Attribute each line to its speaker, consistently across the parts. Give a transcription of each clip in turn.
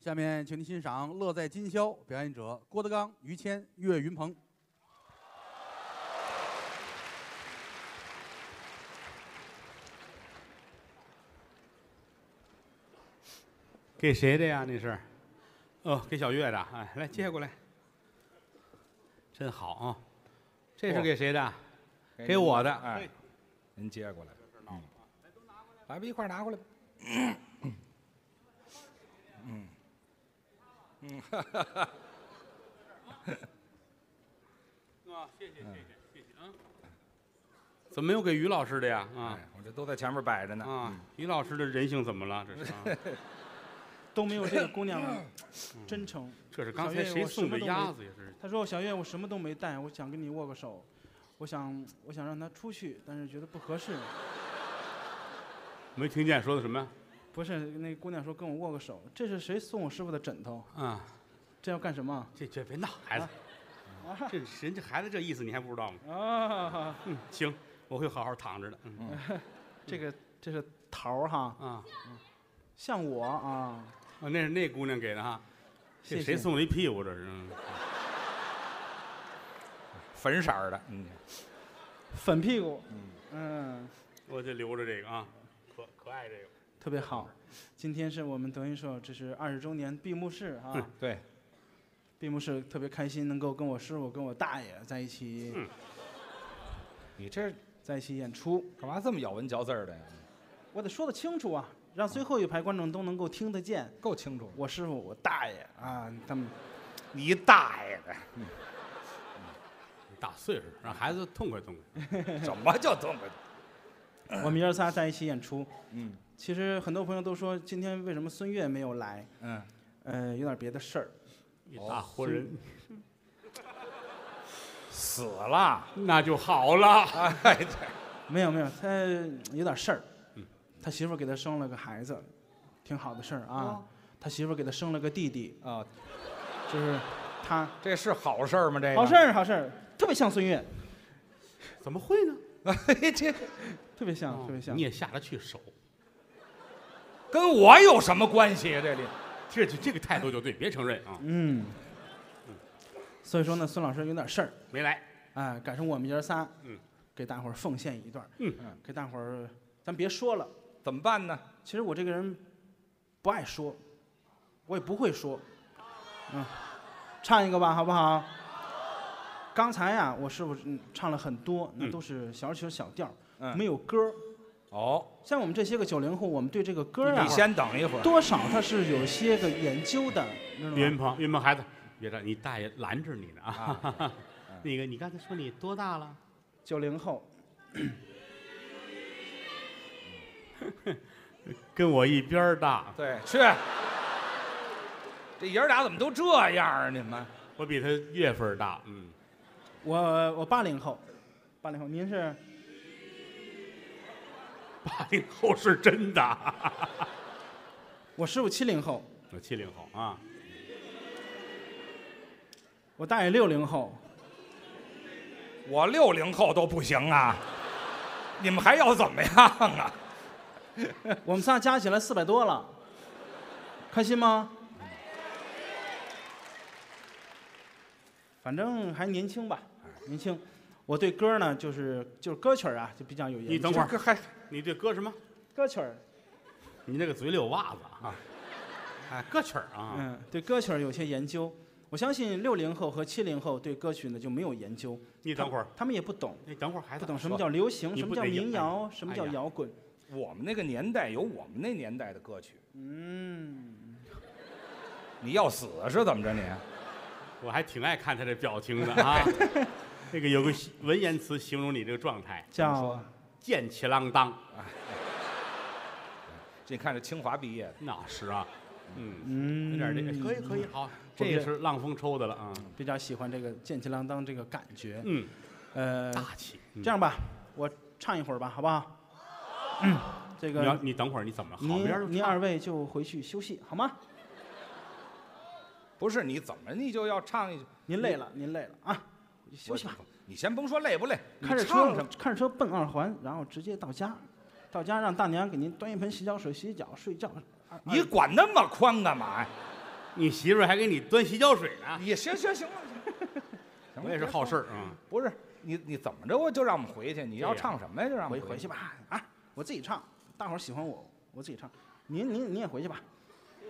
Speaker 1: 下面，请您欣赏《乐在今宵》，表演者郭德纲、于谦、岳云鹏。
Speaker 2: 给谁的呀？那是，哦，给小月的。哎，来接过来，真好啊！这是给谁的？给我的。
Speaker 3: 哎，您接过来。嗯，来吧，一块儿拿过来吧。嗯，嗯，哈哈哈。
Speaker 2: 啊，谢谢谢谢谢谢啊！怎么没有给于老师的呀？啊
Speaker 3: 哎，我这都在前面摆着呢。嗯
Speaker 2: 啊，于老师的人性怎么了？这是 啊，
Speaker 4: 都没有这个姑娘的真诚。
Speaker 2: 这是刚才谁送的鸭子也是。
Speaker 4: 他说：“小月，我什么都没带，我想跟你握个手，我想我想让她出去，但是觉得不合适。
Speaker 2: 没听见说的什么呀？
Speaker 4: 不是那姑娘说跟我握个手，这是谁送我师傅的枕头？
Speaker 2: 啊，
Speaker 4: 这要干什么？
Speaker 2: 这这别闹，孩 子，这人家孩子这意思你还不知道吗？
Speaker 4: 啊，
Speaker 2: 嗯，行，我会好好躺着的。嗯
Speaker 4: 这个这是桃儿哈，
Speaker 2: 啊，
Speaker 4: 像我啊，
Speaker 2: 哦那是那姑娘给的哈。这
Speaker 4: 谢
Speaker 2: 谁
Speaker 4: 谢
Speaker 2: 送了一屁股这是？嗯
Speaker 3: 粉色儿的。嗯，
Speaker 4: 粉屁股
Speaker 3: 嗯，
Speaker 4: 嗯，
Speaker 2: 我得留着这个啊，可可爱这个。
Speaker 4: 特别好。今天是我们德云社这是二十周年闭幕式啊。”
Speaker 3: 对，
Speaker 4: 闭幕式特别开心，能够跟我师傅、跟我大爷在一起，
Speaker 2: 嗯
Speaker 3: 你这
Speaker 4: 在一起演出。
Speaker 3: 干嘛这么咬文嚼字儿的呀？
Speaker 4: 我得说得清楚啊，让最后一排观众都能够听得见。
Speaker 3: 够清楚。
Speaker 4: 我师傅、我大爷啊，他们
Speaker 3: 你大爷的！
Speaker 2: 大岁数，让孩子痛快痛快。
Speaker 3: 怎么就这么？
Speaker 4: 我们爷儿仨在一起演出。
Speaker 3: 嗯
Speaker 4: 其实很多朋友都说，今天为什么孙越没有来？
Speaker 3: 嗯，
Speaker 4: 呃，有点别的事儿。
Speaker 2: 一大活人，
Speaker 3: 死了。
Speaker 2: 那就好了。
Speaker 3: 哎，对，
Speaker 4: 没有没有，他有点事儿。他媳妇儿给他生了个孩子，挺好的事儿啊。他媳妇儿给他生了个弟弟，
Speaker 3: 啊，
Speaker 4: 就是他
Speaker 3: 这是好事儿吗？这个
Speaker 4: 好事。儿好事儿，特别像孙越，
Speaker 2: 怎么会呢？ 哦
Speaker 3: 哎，这
Speaker 2: 啊
Speaker 4: 特别像特别像
Speaker 2: 你。也下得去手，
Speaker 3: 跟我有什么关系啊？这里
Speaker 2: 这就这个态度就对，别承认啊，
Speaker 4: 嗯，所以说呢，孙老师有点事儿，
Speaker 2: 没来。
Speaker 4: 哎，赶上我们爷儿仨，
Speaker 2: 嗯，
Speaker 4: 给大伙儿奉献一段儿，啊
Speaker 2: 嗯
Speaker 3: 嗯
Speaker 4: 给大伙儿，咱别说了，
Speaker 3: 怎么办呢？
Speaker 4: 其实我这个人不爱说，我也不会说，嗯，唱一个吧，好不好？刚才呀、我师傅嗯唱了很多，那
Speaker 2: 嗯
Speaker 4: 都是小曲儿小调儿，
Speaker 3: 嗯
Speaker 4: 没有歌儿。
Speaker 3: 哦，
Speaker 4: 像我们这些个九零后，我们对这个歌儿啊
Speaker 3: 你，先等一会儿。
Speaker 4: 多少它是有些个研究的，你知道
Speaker 2: 岳云
Speaker 4: 吗？
Speaker 2: 鹏，岳云鹏孩子，别着你大爷拦着你呢啊。
Speaker 3: 啊，
Speaker 2: 那个，你刚才说你多大了？
Speaker 4: 九零后，
Speaker 2: 跟我一边儿大，
Speaker 3: 对，去。 这爷儿俩怎么都这样啊？你们
Speaker 2: 我比他月份儿大。嗯，
Speaker 4: 我我八零后，八零后，您是？
Speaker 2: 八零后是真 的，
Speaker 4: 我师傅七零后，
Speaker 2: 我七零后啊。
Speaker 4: 我大爷六零后，
Speaker 3: 我六零后都不行啊，你们还要怎么样啊？
Speaker 4: 我们仨加起来四百多了，开心吗？反正还年轻吧，年轻。我对歌呢，就是就是歌曲儿啊，就比较有研究。
Speaker 2: 你等会儿
Speaker 3: 这还
Speaker 2: 你这歌什么？
Speaker 4: 歌曲儿，
Speaker 2: 你那个嘴里有袜子啊？哎，歌曲儿啊，
Speaker 4: 嗯，对歌曲儿有些研究。我相信六零后和七零后对歌曲呢就没有研究，
Speaker 2: 你等会儿，
Speaker 4: 他们也不懂，
Speaker 2: 你等会儿，孩子
Speaker 4: 不懂什
Speaker 2: 说
Speaker 4: 么叫流行，
Speaker 2: 你
Speaker 4: 什
Speaker 2: 不
Speaker 4: 么叫
Speaker 2: 得
Speaker 4: 民
Speaker 2: 哎
Speaker 4: 谣，什么
Speaker 2: 哎
Speaker 4: 叫
Speaker 2: 呀
Speaker 4: 摇滚。
Speaker 3: 我们那个年代有我们那年代的歌曲，
Speaker 4: 嗯，
Speaker 3: 你要死啊是怎么着你？
Speaker 2: 我还挺爱看他这表情的啊。那个有个文言词形容你这个状态，
Speaker 4: 叫
Speaker 2: 剑气啷当。
Speaker 3: 这你看这清华毕业的，
Speaker 2: 那是啊，嗯，
Speaker 4: 嗯，
Speaker 2: 有点这个，可以可以，好，这
Speaker 4: 别
Speaker 2: 个是浪风抽的了啊。
Speaker 4: 比较喜欢这个剑气啷当这个感觉。
Speaker 2: 嗯，
Speaker 4: 呃，
Speaker 2: 大气。嗯
Speaker 4: 这样吧，我唱一会儿吧，好不好？嗯，这
Speaker 2: 嗯你要
Speaker 4: 个
Speaker 2: 你等会儿你怎么好边儿
Speaker 4: 您
Speaker 2: 就
Speaker 4: 您
Speaker 2: 唱
Speaker 4: 二位就回去休息好吗？
Speaker 3: 不是你怎么你就要唱一句？
Speaker 4: 您累了，您累了啊，回去休息吧。
Speaker 3: 你先甭说累不累，你
Speaker 4: 开着
Speaker 3: 唱
Speaker 4: 车
Speaker 3: 什么？
Speaker 4: 开着车奔二环，然后直接到家，到家让大娘给您端一盆洗脚水洗洗脚睡觉。二
Speaker 3: 你管那么宽干嘛呀？
Speaker 2: 你媳妇儿还给你端洗脚水呢。
Speaker 3: 也行行行了，行了
Speaker 2: 我也是
Speaker 3: 别
Speaker 2: 好
Speaker 3: 说
Speaker 2: 事
Speaker 3: 了
Speaker 2: 儿啊，
Speaker 3: 不是你你怎么着我就让我们回去？你要
Speaker 2: 对呀
Speaker 3: 唱什么呀？就让我
Speaker 5: 回
Speaker 3: 们
Speaker 5: 回去
Speaker 3: 吧。
Speaker 5: 吧啊，我自己唱，大伙儿喜欢我，我自己唱。您您您也回去吧，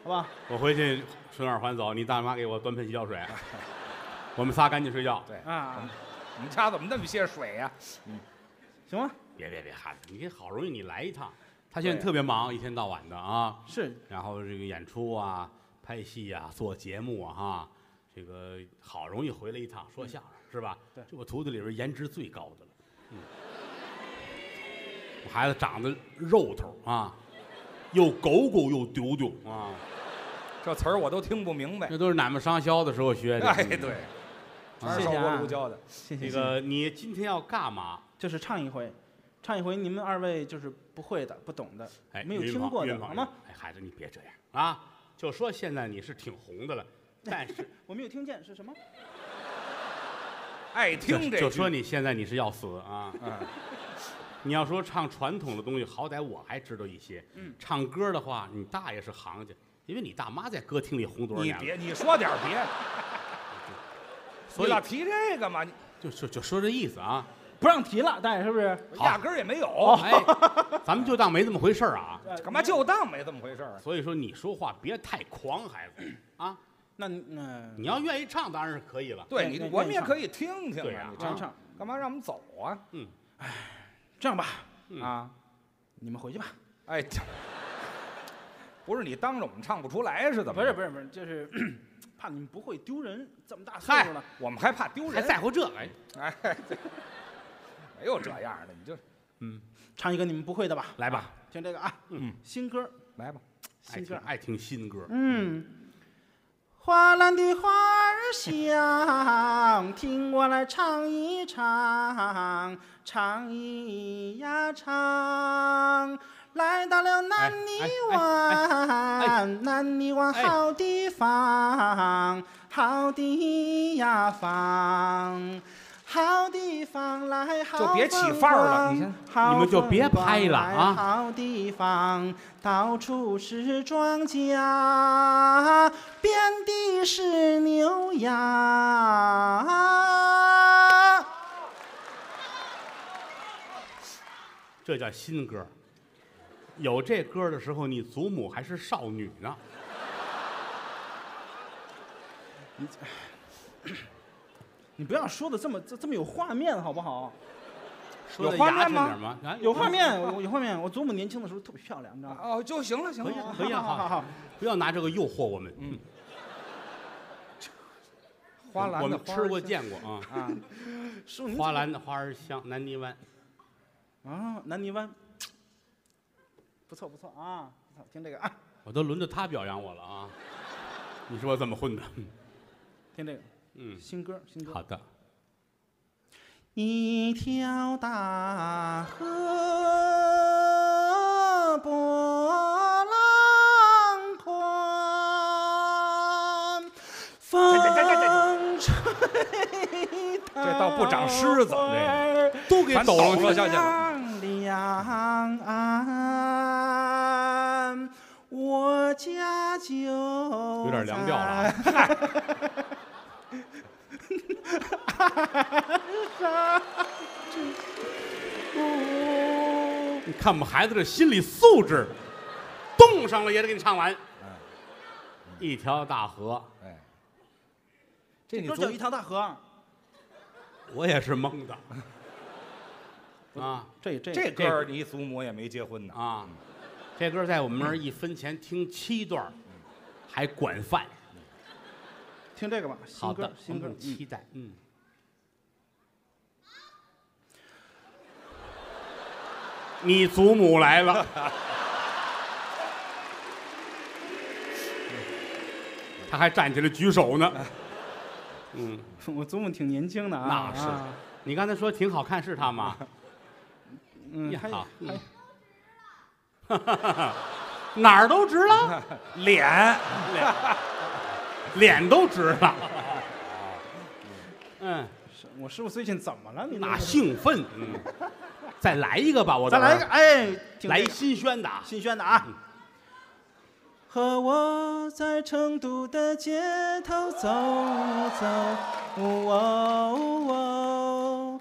Speaker 5: 好吧？
Speaker 2: 我回去顺二环走，你大妈给我端盆洗脚水，我们仨赶紧睡觉。
Speaker 3: 对
Speaker 5: 啊，
Speaker 3: 你们家怎么那么些水呀？
Speaker 5: 行吗？
Speaker 2: 别别别，孩子，你好容易你来一趟，他现在
Speaker 3: 对
Speaker 2: 特别忙，一天到晚的啊，
Speaker 5: 是
Speaker 2: 然后这个演出啊、拍戏啊、做节目啊，哈，这个好容易回来一趟，说相声是吧？
Speaker 5: 对
Speaker 2: 这我徒弟里边颜值最高的了。嗯，我孩子长得肉头啊，又狗狗又丢丢啊，
Speaker 3: 这词儿我都听不明
Speaker 5: 哎
Speaker 3: 白。
Speaker 2: 这都是俺们上学的时候学的。
Speaker 3: 哎，
Speaker 2: 嗯
Speaker 3: 对，全
Speaker 5: 谢
Speaker 3: 是
Speaker 5: 谢
Speaker 3: 受过
Speaker 5: 啊
Speaker 3: 路教的。
Speaker 5: 谢谢。
Speaker 2: 这
Speaker 5: 谢谢
Speaker 2: 个你今天要干嘛？
Speaker 5: 就是唱一回，唱一回你们二位就是不会的、不懂的，
Speaker 2: 哎，
Speaker 5: 没有
Speaker 2: 岳云
Speaker 5: 听
Speaker 2: 鹏
Speaker 5: 过
Speaker 2: 岳
Speaker 5: 的
Speaker 2: 云鹏
Speaker 5: 好吗？
Speaker 2: 哎，孩子，你别这样啊！就说现在你是挺红的了，但是
Speaker 5: 我没有听见是什么？
Speaker 3: 爱
Speaker 2: 就
Speaker 3: 听这
Speaker 2: 就
Speaker 3: 句
Speaker 2: 说你现在你是要死啊！
Speaker 3: 嗯，
Speaker 2: 你要说唱传统的东西，好歹我还知道一些。
Speaker 5: 嗯，
Speaker 2: 唱歌的话，你大爷是行家，因为你大妈在歌厅里红多少
Speaker 3: 你
Speaker 2: 年了，
Speaker 3: 别你说点儿别，
Speaker 2: 所
Speaker 3: 你
Speaker 2: 以
Speaker 3: 老提这个嘛，你
Speaker 2: 就就就说这意思 啊。
Speaker 5: 不让提了，大爷是不是？
Speaker 2: 好
Speaker 3: 压根儿也没有，
Speaker 2: 哎，咱们就当没这么回事儿啊。
Speaker 5: 呃
Speaker 3: 干嘛？就当没这么回事儿啊？
Speaker 2: 所以说你说话别太狂，孩子啊！
Speaker 5: 那嗯，
Speaker 2: 你要愿意唱当然是可以了。
Speaker 3: 对
Speaker 5: 愿
Speaker 3: 你
Speaker 5: 愿，
Speaker 3: 我们
Speaker 5: 愿
Speaker 3: 也
Speaker 5: 唱
Speaker 3: 可以听听
Speaker 2: 对
Speaker 3: 啊
Speaker 2: 呀。
Speaker 3: 你
Speaker 2: 啊
Speaker 5: 让
Speaker 3: 唱，
Speaker 5: 唱
Speaker 3: 干嘛让我们走啊？
Speaker 5: 这样吧，
Speaker 2: 嗯
Speaker 5: 啊，你们回去吧。
Speaker 3: 哎，这不是你当着我们唱不出来是怎么
Speaker 5: 不
Speaker 3: 着？
Speaker 5: 是不是不是，就是 怕你们不会丢人，这么大岁
Speaker 2: 嗨
Speaker 5: 数了，
Speaker 3: 我们还怕丢
Speaker 2: 还
Speaker 3: 人，
Speaker 2: 在乎这个？哎，
Speaker 3: 哎，对没有这样的，你就
Speaker 5: 唱一个你们不会的吧？
Speaker 2: 来吧，
Speaker 5: 听这个啊，
Speaker 3: 嗯，
Speaker 5: 新歌，
Speaker 3: 来吧。
Speaker 2: 爱
Speaker 5: 新
Speaker 2: 听
Speaker 5: 歌，
Speaker 2: 爱听新歌。
Speaker 5: 嗯，花篮的花儿香，听我来唱一唱，唱一呀唱。来到了南泥
Speaker 2: 哎哎哎
Speaker 5: 湾，南泥湾好地方，好地呀方，好地方来好
Speaker 3: 就别起范儿了你先
Speaker 5: 好
Speaker 2: 你们就别拍了啊
Speaker 5: 风光来好地方，到处是庄稼，遍地是牛羊。
Speaker 2: 这叫新歌。有这歌的时候，你祖母还是少女呢。
Speaker 5: 你不要说的这么这这么有画面好不好？
Speaker 2: 说得
Speaker 3: 有画
Speaker 2: 牙
Speaker 3: 面
Speaker 2: 碜
Speaker 3: 吗
Speaker 2: 点吗？啊
Speaker 5: 有画面，我有画面。我祖母年轻的时候特别漂亮，你 知道吗？
Speaker 3: 哦，就行了，行
Speaker 2: 可以
Speaker 3: 了，
Speaker 2: 可以啊，
Speaker 5: 好好好好
Speaker 2: 不要拿这个诱惑我们。
Speaker 3: 嗯
Speaker 2: 嗯，
Speaker 3: 花篮
Speaker 2: 我
Speaker 3: 的
Speaker 2: 们
Speaker 3: 花儿
Speaker 2: 吃过
Speaker 3: 香嗯
Speaker 2: 见过啊。
Speaker 5: 啊，叔您
Speaker 2: 花篮的花儿香，南泥湾。
Speaker 5: 啊，南泥湾，不错不错啊，不错，听这个啊，
Speaker 2: 我都轮着他表扬我了 啊！你说我怎么混的？
Speaker 5: 听这个
Speaker 2: 嗯，
Speaker 5: 新歌新歌。
Speaker 2: 好的。
Speaker 5: 一条大河波浪宽，风吹
Speaker 3: 这倒不长狮子
Speaker 5: 那个。
Speaker 2: 都给
Speaker 3: 咱
Speaker 2: 抖
Speaker 3: 抖
Speaker 2: 了
Speaker 3: 了下去了。
Speaker 5: 两岸，我家就有
Speaker 2: 有点凉掉了啊。你看我们孩子这心理素质，冻上了也得给你唱完。一条大河，
Speaker 3: 哎，这你
Speaker 5: 不是
Speaker 3: 昨
Speaker 5: 叫一条大河？
Speaker 2: 我也是懵 的。啊
Speaker 5: 这这
Speaker 3: 这
Speaker 2: 这
Speaker 3: 歌儿你祖母也没结婚呢，
Speaker 2: 啊，这歌在我们那儿一分钱听七段儿，还管饭。
Speaker 5: 听这个吧，
Speaker 2: 好
Speaker 5: 新歌
Speaker 2: 的，
Speaker 5: 新歌
Speaker 2: 我们。
Speaker 5: 嗯
Speaker 2: 期待。嗯，你祖母来 了。他还站起来举手呢。嗯，
Speaker 5: 我祖母挺年轻的啊，
Speaker 2: 那是
Speaker 5: 啊
Speaker 2: 你刚才说挺好看，是他吗？
Speaker 5: 嗯，
Speaker 2: 呀
Speaker 5: 还
Speaker 2: 好嗯
Speaker 5: 还
Speaker 2: 哪儿都直 了，
Speaker 3: 脸
Speaker 2: 脸都直 了。嗯，
Speaker 5: 是我师傅最近怎么了？你
Speaker 2: 那
Speaker 5: 这
Speaker 2: 兴奋。嗯，再来一个吧，我
Speaker 5: 咱来一个，哎，听
Speaker 2: 来
Speaker 5: 这
Speaker 2: 一
Speaker 5: 个
Speaker 2: 新鲜的啊。
Speaker 5: 新轩的啊。和我在成都的街头走走，哦哦，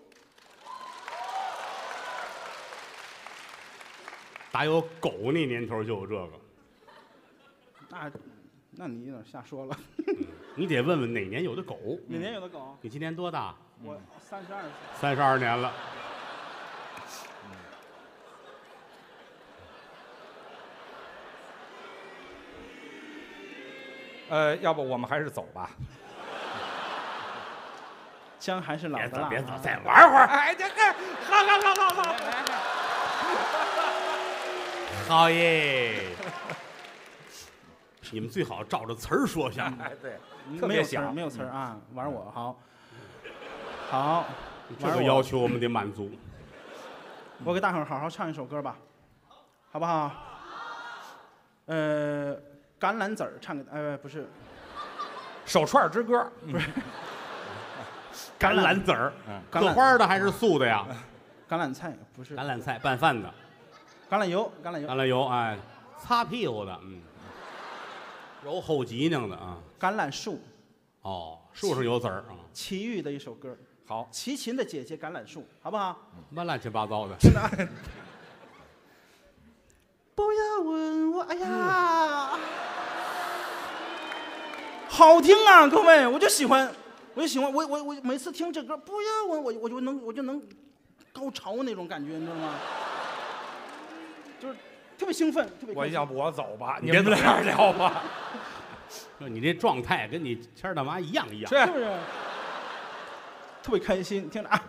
Speaker 2: 打有狗那年头就有这个，
Speaker 5: 那，那你有点瞎说了。
Speaker 2: 你得问问哪年有的狗。
Speaker 5: 哪年有的狗？
Speaker 2: 你今年多大？
Speaker 5: 我三十二岁。
Speaker 2: 三十二年了。
Speaker 3: 呃，要不我们还是走吧？
Speaker 5: 姜还是老
Speaker 2: 别
Speaker 5: 的
Speaker 2: 走，
Speaker 5: 辣。
Speaker 2: 别走，再玩会儿。
Speaker 3: 哎，这个，好好好好好。
Speaker 2: 好耶！你们最好照着词儿说下。
Speaker 3: 哎，对，特
Speaker 5: 没
Speaker 3: 别
Speaker 5: 有词
Speaker 3: 响
Speaker 5: 儿，没有词儿啊！
Speaker 2: 嗯
Speaker 5: 玩我好，好，
Speaker 2: 这个要求我们得满足。
Speaker 5: 我给大伙儿好好唱一首歌吧，好不好？呃，橄榄籽儿唱给，呃，不是，
Speaker 3: 手串之歌，
Speaker 2: 橄榄嗯籽儿，
Speaker 5: 橄
Speaker 2: 嗑
Speaker 5: 榄
Speaker 2: 花儿的还是素的呀？
Speaker 5: 橄榄菜不是，
Speaker 2: 橄榄菜拌饭的，
Speaker 5: 橄榄油，橄榄油
Speaker 2: 橄，榄油，哎，擦屁股的，嗯，揉后脊梁的啊。
Speaker 5: 橄榄树，
Speaker 2: 哦，树上有籽儿啊，
Speaker 5: 齐豫的一首歌，
Speaker 3: 好，
Speaker 5: 齐秦的姐姐橄榄树，好不好？
Speaker 3: 嗯
Speaker 2: 什么乱七八糟的。
Speaker 5: 不要吻我，哎呀，好听啊，各位，我就喜欢，我就喜欢，我我我每次听这歌，不要吻我，我就能我就能高潮那种感觉，你知道吗？就是特别兴奋，特别
Speaker 3: 我
Speaker 5: 开心
Speaker 3: 要不我走吧，
Speaker 2: 你
Speaker 3: 你
Speaker 2: 别
Speaker 3: 们俩 聊吧。
Speaker 2: 就你这状态跟你谦儿大妈一样一样。
Speaker 3: 是
Speaker 5: 是不是？特别开心，听着啊！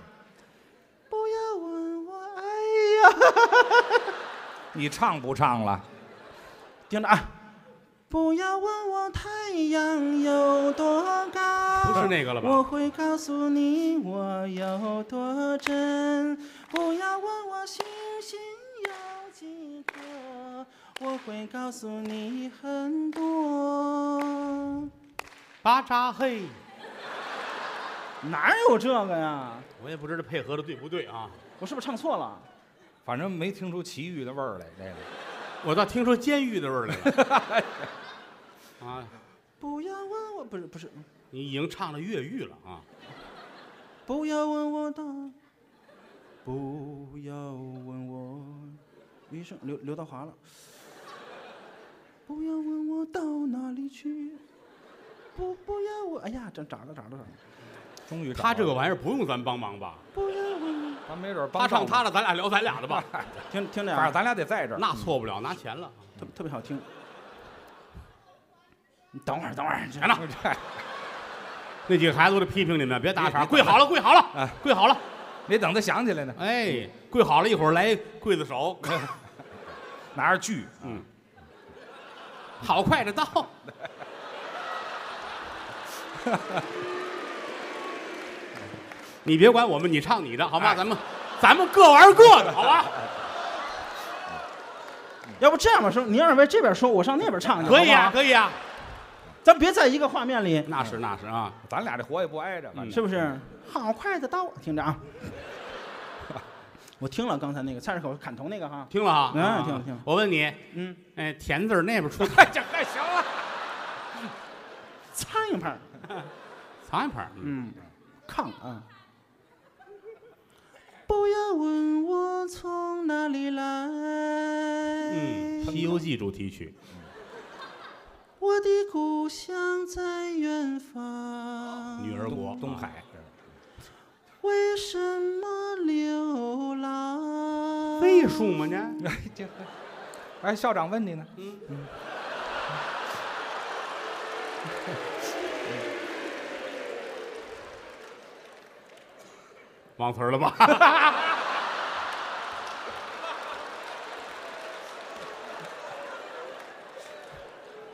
Speaker 5: 不要问我，哎呀，
Speaker 3: 你唱不唱了？
Speaker 5: 听着啊！不要问我太阳有多高，
Speaker 2: 不是那个了吧
Speaker 5: 我会告诉你我有多真。不要问我星星有几颗，我会告诉你很多。
Speaker 2: 巴扎嘿，
Speaker 5: 哪有这个呀？
Speaker 2: 我也不知道配合的对不对啊。
Speaker 5: 我是不是唱错了？
Speaker 3: 反正没听出奇遇的味儿来，这个。
Speaker 2: 我倒听说监狱的味儿来 了。啊，
Speaker 5: 不要问我，不是不是。
Speaker 2: 你已经唱了越狱了啊！
Speaker 5: 不要问我的，不要问我，余生刘刘德华了。不要问我到哪里去，不不要我，哎呀，这咋了咋了咋了？
Speaker 3: 终于找到
Speaker 2: 他
Speaker 3: 了
Speaker 2: 这个玩意儿不用咱帮忙吧？
Speaker 5: 不要问
Speaker 3: 他没准儿帮
Speaker 2: 他唱
Speaker 3: 到
Speaker 2: 他的，咱
Speaker 3: 你，
Speaker 2: 俩聊咱俩的 吧。
Speaker 5: 我，听听着
Speaker 3: 反正
Speaker 5: 啊，
Speaker 3: 咱俩得在这儿。
Speaker 2: 那错不了，拿钱了。啊
Speaker 5: 特特别好听。你等会儿等会儿，这
Speaker 2: 钱呢？那几个孩子都得批评你们，别搭 茬，跪好了，跪好了
Speaker 3: 哎，
Speaker 2: 跪好了。
Speaker 3: 没等他想起来呢，
Speaker 2: 哎，跪好了，一会儿来一刽子手，
Speaker 3: 拿着锯，
Speaker 2: 嗯，好快的刀。你别管我们，你唱你的好吧？
Speaker 3: 哎
Speaker 2: 咱们咱们各玩各的好吧？
Speaker 5: 要不这样吧，说您二位这边说，我上那边唱去，
Speaker 2: 可以啊呀，
Speaker 5: 好不好
Speaker 2: 可以呀。
Speaker 5: 咱别在一个画面里，
Speaker 2: 那是那是啊，
Speaker 3: 咱俩这活也不挨着，反
Speaker 2: 嗯
Speaker 3: 正
Speaker 5: 是不是？好快的刀，听着啊！ 我听了刚才那个菜市口砍头那个哈，
Speaker 2: 听了啊，
Speaker 5: 嗯
Speaker 2: 啊
Speaker 5: 听了听了
Speaker 2: 我问你，
Speaker 5: 嗯，
Speaker 2: 哎，田字儿那边出
Speaker 3: 哎，这哎行了，
Speaker 5: 苍蝇拍儿，
Speaker 2: 藏一盘儿，嗯
Speaker 5: 嗯，炕啊。不要问我从哪里来，
Speaker 2: 嗯，《西游记》主题曲，
Speaker 5: 我的故乡在远方。
Speaker 2: 女儿国，
Speaker 3: 东海，
Speaker 5: 为什么流浪？
Speaker 2: 背数吗？呢？嗯
Speaker 3: 哎这，哎，校长问你呢，
Speaker 2: 忘词儿了吧？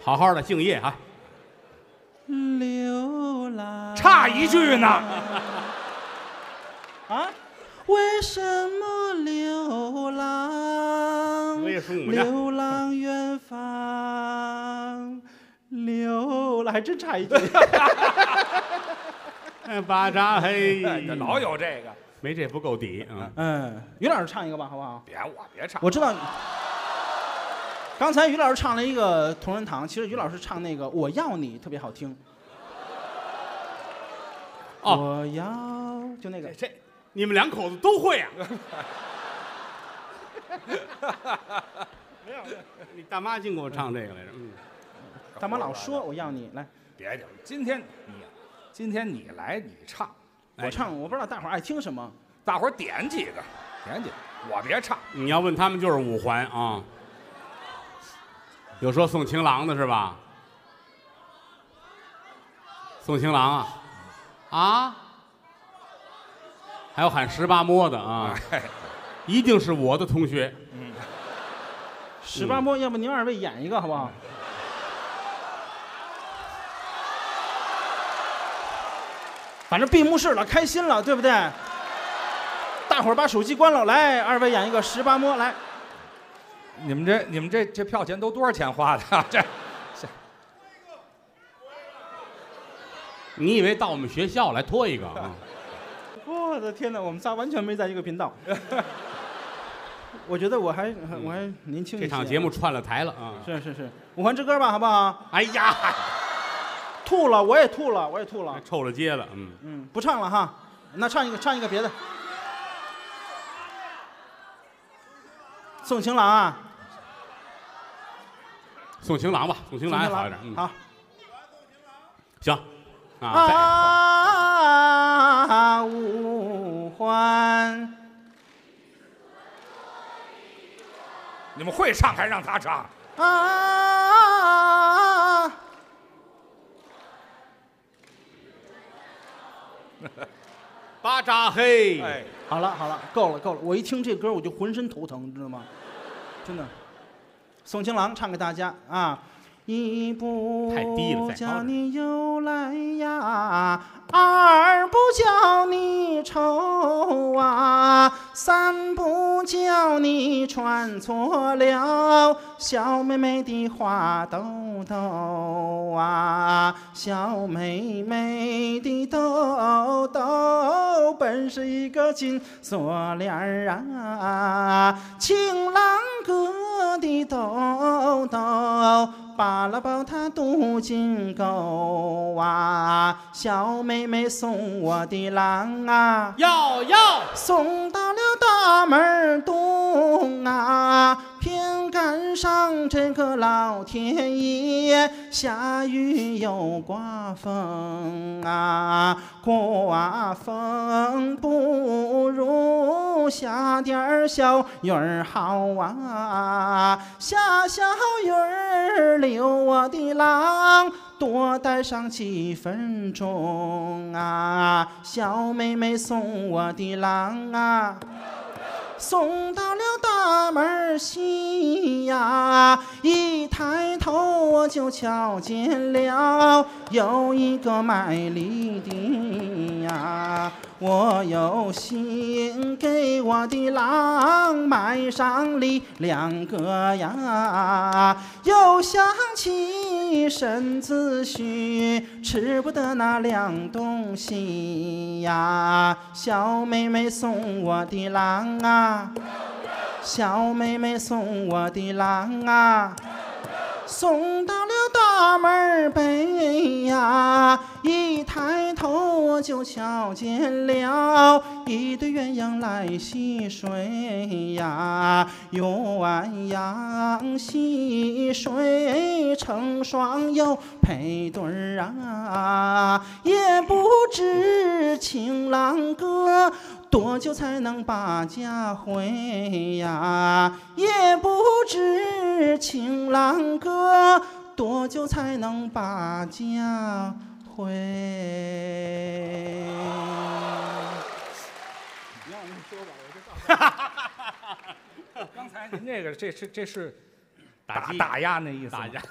Speaker 2: 好好的敬业啊！
Speaker 5: 流浪。
Speaker 3: 差一句呢。，
Speaker 5: 啊！为什么流浪？
Speaker 2: 我也是五呢
Speaker 5: 流浪远方，流浪还真差一句。
Speaker 2: 哎巴扎 嘿
Speaker 3: 老有哎这个，
Speaker 2: 没这不够底啊！
Speaker 5: 嗯，于老师唱一个吧，好不好？
Speaker 3: 别我别唱，
Speaker 5: 我知道你。刚才于老师唱了一个《同仁堂》，其实于老师唱那个《我要你》特别好听。
Speaker 2: 哦
Speaker 3: 哦
Speaker 5: 我要就那个
Speaker 2: 这，这你们两口子都会啊？没有，你大妈净给我唱这个来着。嗯，
Speaker 5: 大妈老说我要你来，
Speaker 3: 别别，今天你今天你来你唱，
Speaker 5: 我唱，我不知道大伙儿爱听什么。
Speaker 3: 大伙儿点几个，点几个，我别唱，
Speaker 2: 你要问他们就是五环啊。有说送情郎的是吧？送情郎啊，啊，还有喊十八摸的啊，一定是我的同学。嗯
Speaker 5: 十八摸，要不您二位演一个好不 好？反正闭幕式了，开心了，对不对？大伙儿把手机关了，来，二位演一个十八摸，来，
Speaker 3: 你们这你们这这票钱都多少钱花的、啊？ 这
Speaker 2: 你以为到我们学校来拖一个啊？
Speaker 5: 我的天哪，我们仨完全没在一个频 道。我觉得我还我还年轻一
Speaker 2: 嗯这
Speaker 5: 些。
Speaker 2: 场节目串了台了啊！
Speaker 5: 是是是，五环之歌吧，好不好？
Speaker 2: 哎呀，
Speaker 5: 吐了，我也吐了，我也吐了。
Speaker 2: 臭了街了，嗯，
Speaker 5: 嗯，不唱了哈，那唱一个，唱一个别的。送情郎啊，
Speaker 2: 送情郎吧，送情
Speaker 5: 送
Speaker 2: 郎还
Speaker 5: 情
Speaker 2: 好一点，
Speaker 5: 郎
Speaker 2: 嗯，
Speaker 5: 好
Speaker 2: 行，啊，再
Speaker 5: 啊，五环。
Speaker 3: 你们会唱还让他唱，
Speaker 5: 啊！
Speaker 2: 巴扎嘿，
Speaker 3: 哎，
Speaker 5: 好了好了，够了够了，我一听这歌我就浑身头疼，你知道吗？真的。宋情郎唱给大家啊，一不
Speaker 2: 太低了再高点
Speaker 5: 叫你又来呀，二不叫你愁啊，三不叫你穿错了小妹妹的花兜兜啊，小妹妹的兜兜本是一个金锁链儿啊，情郎哥的兜兜。把了抱他渡金沟啊，小妹妹送我的郎啊，
Speaker 2: 要要，
Speaker 5: 送到了大门儿东啊，偏赶上这个老天爷下雨又刮风啊，刮风不如下点儿小雨儿好啊，下小雨儿留我的郎。多待上几分钟啊，小妹妹送我的郎啊，送到了大门儿西呀，一抬头我就瞧见了有一个卖梨的呀，我有心给我的郎买上梨两个呀，又想起身子虚，吃不得那凉东西呀，小妹妹送我的郎啊。小妹妹送我的郎啊，送到了大门儿北呀，一抬头我就瞧见了一对鸳鸯来戏水呀，鸳鸯戏水成双又配对儿啊，也不知情郎哥。多久才能把家回呀？也不知情郎哥多久才能把家回。
Speaker 3: 刚才您这个这是这是
Speaker 2: 打
Speaker 3: 打
Speaker 2: 击
Speaker 3: 打压那意思吗，
Speaker 2: 打架，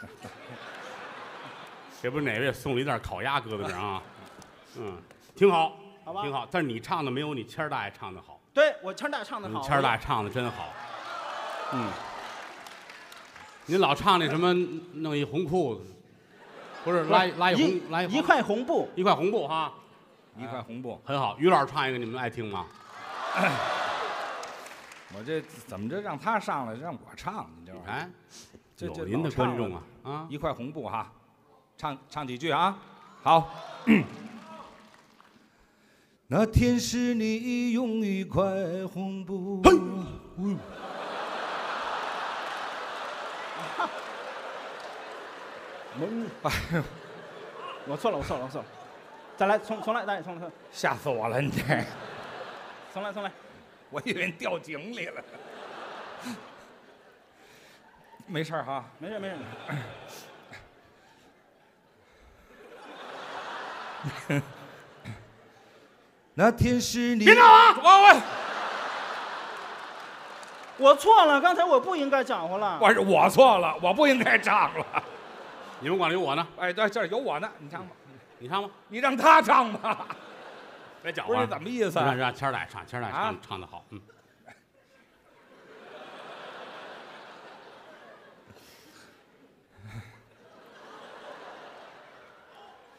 Speaker 2: 这不是哪位送了一袋烤鸭搁在这儿啊？嗯，挺好，
Speaker 4: 好吧
Speaker 2: 挺好。但是你唱的没有你谦儿大爷唱的好，
Speaker 4: 对我谦儿大爷唱的
Speaker 2: 你
Speaker 6: 嗯
Speaker 4: 好，
Speaker 2: 谦儿大爷唱的真好。嗯，您老唱那什么，弄一红裤子，不是拉一拉一
Speaker 4: 一
Speaker 2: 红拉
Speaker 4: 一
Speaker 2: 块
Speaker 4: 块红布，
Speaker 2: 一块红布哈，
Speaker 6: 一
Speaker 2: 啊
Speaker 6: 块红布，
Speaker 2: 很好。于老师唱一个，你们爱听吗？
Speaker 6: 我这怎么着让他上来，让我唱？你这玩意儿
Speaker 2: 哎，
Speaker 6: 这
Speaker 2: 有
Speaker 6: 这
Speaker 2: 您
Speaker 6: 老
Speaker 2: 的
Speaker 6: 唱
Speaker 2: 观众
Speaker 6: 了
Speaker 2: 啊啊，
Speaker 6: 一块红布哈，唱唱几句啊，好。那天是你用一块红布，哎
Speaker 4: 我错了，我错了，我错了，再来重重来，大爷重来，重来
Speaker 6: 吓死我了！你这，
Speaker 4: 重来重来，
Speaker 6: 我以为你掉井里了。没事儿哈，
Speaker 4: 没事没事，
Speaker 6: 那天是你别闹啊！我
Speaker 4: 我错了，刚才我不应该搅和了
Speaker 6: 我，我是我错了，我不应该唱了。
Speaker 2: 你们管里有我呢，
Speaker 6: 哎，对，这儿有我呢，你唱吧，
Speaker 2: 你唱吧，
Speaker 6: 你让他唱吧。
Speaker 2: 别搅
Speaker 6: 不
Speaker 2: 和
Speaker 6: 是
Speaker 2: 啊。
Speaker 6: 怎么意思
Speaker 2: 让
Speaker 6: 啊？
Speaker 2: 让谦儿大爷唱，谦儿大爷唱、
Speaker 6: 啊
Speaker 2: 唱的好，嗯。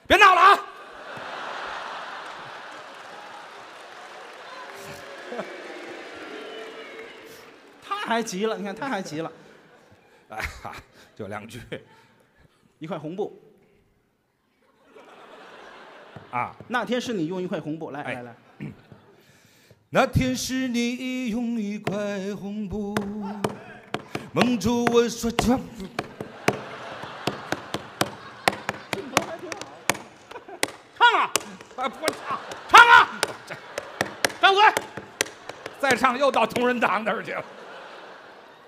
Speaker 6: 别闹了啊！
Speaker 4: 他还急了，你看他还急了，
Speaker 6: 哎哈，就两句
Speaker 4: 一块红布，
Speaker 6: 啊。
Speaker 4: 那天是你用一块红布，来
Speaker 6: 哎
Speaker 4: 来来，
Speaker 6: 那天是你用一块红布蒙住我说全部。
Speaker 2: 唱啊，
Speaker 6: 啊，不唱，
Speaker 2: 唱啊！张嘴，
Speaker 6: 再唱又到同仁堂那儿去了。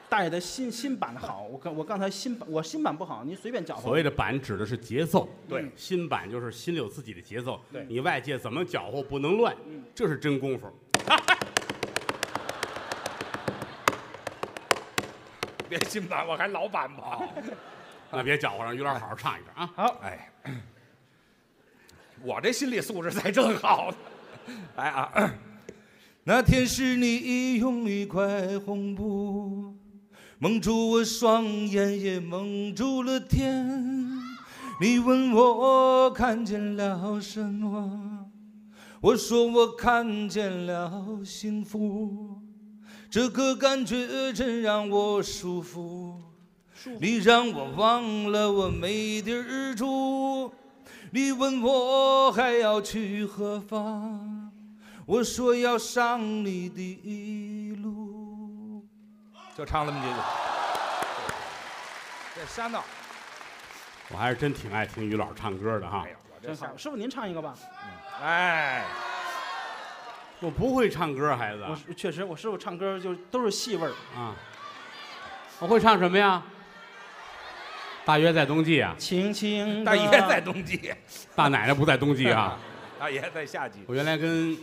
Speaker 4: 大爷的新新版的好，我刚我刚才新版我新版不好，您随便搅
Speaker 2: 所
Speaker 4: 和，
Speaker 2: 谓的板指的是节奏，
Speaker 6: 对
Speaker 2: 嗯新板就是心里有自己的节奏，对，你外界怎么搅和不能乱，
Speaker 6: 嗯
Speaker 2: 这是真功夫。
Speaker 6: 别新版，我还老版吧。
Speaker 2: 那别搅和了，于老师好好唱一段啊！
Speaker 6: 哎， 我这心理素质才真好呢。来啊， 那天是你用一块红布蒙住我双眼，也蒙住了天。你问我看见了什么？我说我看见了幸福，这个感觉真让我舒服。你让我忘了我没地儿住，你问我还要去何方，我说要上你的路。就唱这么几句，这瞎闹！
Speaker 2: 我还是真挺爱听于老师唱歌的哈
Speaker 6: 哎。呀，我这
Speaker 4: 真好，师傅您唱一个吧，
Speaker 6: 哎，
Speaker 2: 我不会唱歌，孩子
Speaker 4: 我是确实我师傅唱歌就都是戏味儿，
Speaker 2: 啊。我会唱什么呀？大约在冬季啊，
Speaker 4: 轻 轻
Speaker 6: 大
Speaker 4: 地
Speaker 6: 爷在冬季，
Speaker 2: 大奶奶不在冬季 啊。
Speaker 6: 大爷在夏 季。
Speaker 2: 我原来跟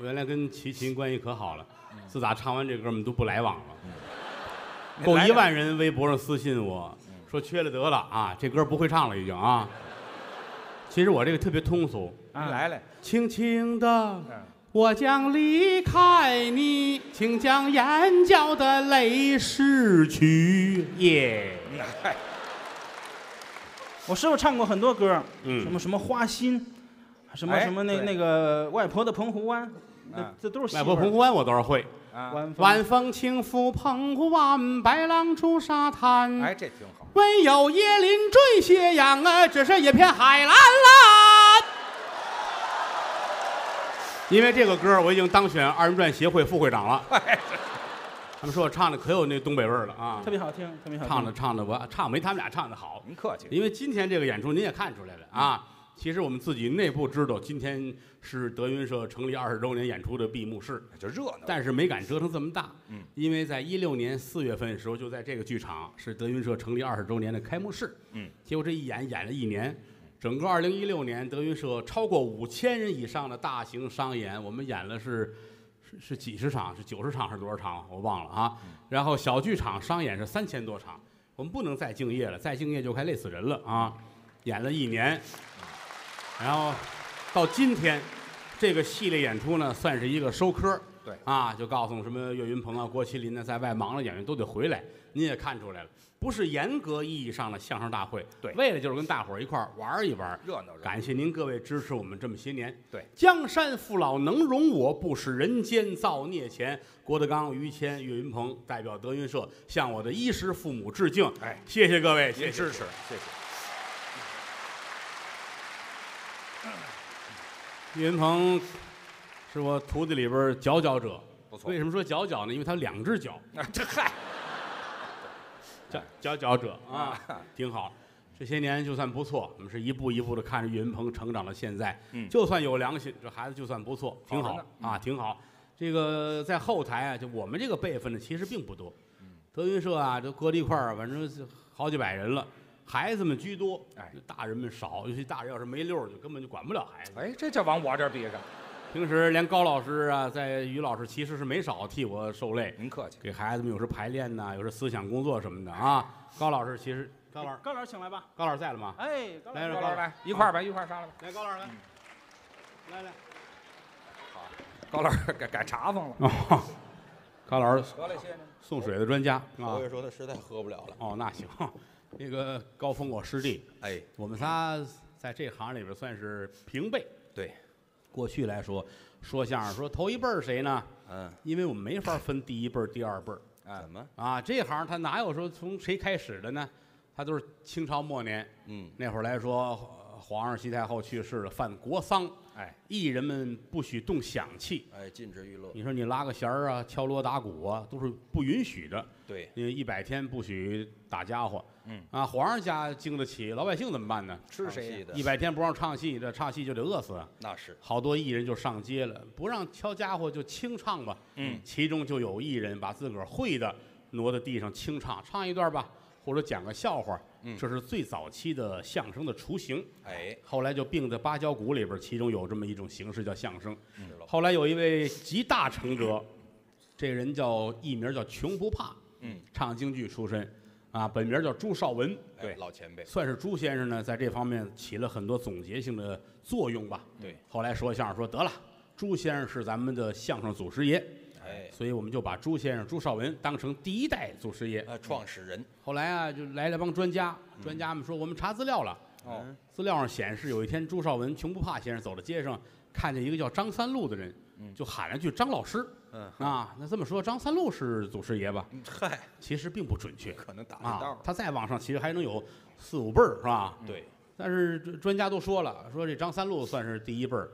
Speaker 2: 我原来跟齐秦关系可好了，
Speaker 6: 嗯
Speaker 2: 自打唱完这歌，我们都不来往了。够一万人微博上私信我说缺了得了啊，这歌不会唱了已经啊。其实我这个特别通俗，
Speaker 6: 你来来，
Speaker 2: 轻轻的，我将离开你，请将眼角的泪拭去。耶，
Speaker 6: 嗯哎
Speaker 4: 我师傅唱过很多歌，
Speaker 2: 嗯
Speaker 4: 什么什么花心，什么
Speaker 6: 哎
Speaker 4: 什么那
Speaker 6: 对
Speaker 4: 那个外婆的澎湖湾，那
Speaker 6: 啊
Speaker 3: 嗯
Speaker 4: 这都是
Speaker 2: 外婆澎湖湾我倒是会，
Speaker 6: 啊，
Speaker 4: 湾
Speaker 2: 晚风轻拂澎湖湾，白浪逐沙滩。
Speaker 6: 哎，这挺好。
Speaker 2: 唯有椰林缀斜阳啊，只是一片海蓝蓝。因为这个歌，我已经当选二人转协会副会长 了。他们说我唱的可有那东北味儿了啊
Speaker 4: 哎特！别好听，特别好听。
Speaker 2: 唱的唱的我唱没他们俩唱的好，
Speaker 6: 您客气，
Speaker 2: 因为今天这个演出您也看出来了啊。其实我们自己内部知道，今天是德云社成立二十周年演出的闭幕式，
Speaker 6: 就热闹。
Speaker 2: 但是没敢折腾这么大，
Speaker 6: 嗯，
Speaker 2: 因为在一六年四月份的时候，就在这个剧场是德云社成立二十周年的开幕式，
Speaker 6: 嗯，
Speaker 2: 结果这一演演了一年，整个二零一六年德云社超过五千人以上的大型商演，我们演了是是是几十场，是九十场还是多少场我忘了啊，
Speaker 6: 嗯
Speaker 2: 然后小剧场商演是三千多场，我们不能再
Speaker 6: 嗯
Speaker 2: 敬业了，再敬业就快累死人了啊，演了一年，然后到今天，这个系列演出呢，算是一个收科。
Speaker 3: 对
Speaker 2: 啊，就告诉什么岳云鹏啊、郭麒麟呢，在外忙了，演员都得回来。您也看出来了，不是严格意义上的相声大会，
Speaker 3: 对
Speaker 2: 为了就是跟大伙儿一块儿玩儿一玩儿。
Speaker 3: 热闹热闹。
Speaker 2: 感谢您各位支持我们这么些年。
Speaker 3: 对，
Speaker 2: 江山父老能容我，不使人间造孽钱。郭德纲、于谦、岳云鹏代表德云社向我的衣食父母致敬。
Speaker 3: 哎，
Speaker 2: 谢谢各位，谢
Speaker 3: 您
Speaker 2: 谢。
Speaker 3: 支持，谢谢。
Speaker 2: 岳云鹏是我徒弟里边儿佼佼者。
Speaker 3: 不错
Speaker 2: 为什么说佼佼呢？因为他有两只脚，
Speaker 3: 啊，这嗨，
Speaker 2: 佼佼佼者啊，挺好。这些年就算不错，我们是一步一步的看着岳云鹏成长到现在。
Speaker 3: 嗯
Speaker 2: 就算有良心，这孩子就算不错，挺
Speaker 3: 好
Speaker 2: 好
Speaker 3: 着
Speaker 2: 啊，挺好。这个在后台啊，就我们这个辈分呢，其实并不多。
Speaker 3: 嗯
Speaker 2: 德云社啊，都搁在一块儿，反正是好几百人了，孩子们居多，
Speaker 3: 哎，
Speaker 2: 大人们少。尤其大人要是没溜儿，就根本就管不了孩子。
Speaker 3: 哎，这就往我这儿比上，
Speaker 2: 平时连高老师啊，在于老师其实是没少替我受累，
Speaker 3: 您客气。
Speaker 2: 给孩子们有时排练呐、有时思想工作什么的啊。高老师其实，高老师，
Speaker 5: 高老师请来吧。
Speaker 2: 高老师在了吗？
Speaker 5: 哎，高老
Speaker 2: 来
Speaker 5: 师
Speaker 2: 了
Speaker 3: 高老师来，一块儿吧，一块儿杀了吧。
Speaker 2: 来，高老师
Speaker 7: 嗯
Speaker 2: 来，来来。
Speaker 3: 高老师改改茶坊了，
Speaker 2: 哦，高老师
Speaker 3: 得嘞，谢谢您。
Speaker 2: 送水的专家啊
Speaker 7: 我。也说他实在喝不了了。
Speaker 2: 哦，那行，那个高峰我师弟，
Speaker 7: 哎，
Speaker 2: 我们仨在这行里边算是平辈。
Speaker 7: 对，
Speaker 2: 过去来说，说相声说头一辈儿谁呢？
Speaker 7: 嗯，
Speaker 2: 因为我们没法分第一辈儿、第二辈儿
Speaker 7: 怎么？
Speaker 2: 啊，这行他哪有说从谁开始的呢？他都是清朝末年，
Speaker 7: 嗯，
Speaker 2: 那会儿来说，呃皇上西太后去世了，犯国丧，
Speaker 3: 哎，
Speaker 2: 艺人们不许动响器。
Speaker 7: 哎，禁止娱乐。
Speaker 2: 你说你拉个弦儿啊，敲锣打鼓啊，都是不允许的。
Speaker 7: 对，
Speaker 2: 因为一百天不许打家伙。
Speaker 3: 嗯
Speaker 2: 啊，皇上家经得起，老百姓怎么办呢？
Speaker 3: 吃
Speaker 7: 唱
Speaker 3: 谁
Speaker 7: 戏
Speaker 3: 呀？
Speaker 7: 的？
Speaker 2: 一百天不让唱戏，这唱戏就得饿死。啊
Speaker 7: 那是
Speaker 2: 好多艺人就上街了，不让敲家伙就清唱吧。
Speaker 3: 嗯，
Speaker 2: 其中就有艺人把自个儿会的挪到地上清唱，唱一段吧，或者讲个笑话。
Speaker 7: 嗯
Speaker 2: 这是最早期的相声的雏形。
Speaker 7: 哎，
Speaker 2: 后来就并在八角鼓里边儿，其中有这么一种形式叫相声。
Speaker 3: 嗯
Speaker 7: 是了。
Speaker 2: 后来有一位集大 成者，这人叫艺名叫穷不怕，
Speaker 7: 嗯，
Speaker 2: 唱京剧出身，啊，本名叫朱绍文，
Speaker 7: 哎老前辈，
Speaker 2: 算是朱先生呢，在这方面起了很多总结性的作用吧。
Speaker 3: 嗯
Speaker 7: 对，
Speaker 2: 后来说相声说得了，朱先生是咱们的相声祖师爷，
Speaker 7: 哎，
Speaker 2: 所以我们就把朱先生朱绍文当成第一代祖师爷。
Speaker 3: 哎
Speaker 7: 呃，创始人，
Speaker 2: 后来啊，就来了帮专家，专家们说我们查资料了，
Speaker 7: 嗯
Speaker 3: 哦，
Speaker 2: 资料上显示，有一天朱绍文穷不怕先生走到街上，看见一个叫张三路的人，就喊了句“张老师”。
Speaker 7: 嗯
Speaker 2: 啊，那这么说，张三路是祖师爷吧？
Speaker 7: 嗨，
Speaker 2: 其实并不准确
Speaker 7: 可能打了道
Speaker 2: 啊
Speaker 7: 儿。，
Speaker 2: 他再往上其实还能有四五辈儿，是吧？
Speaker 3: 嗯
Speaker 7: 对，
Speaker 2: 但是专专家都说了，说这张三路算是第一辈儿，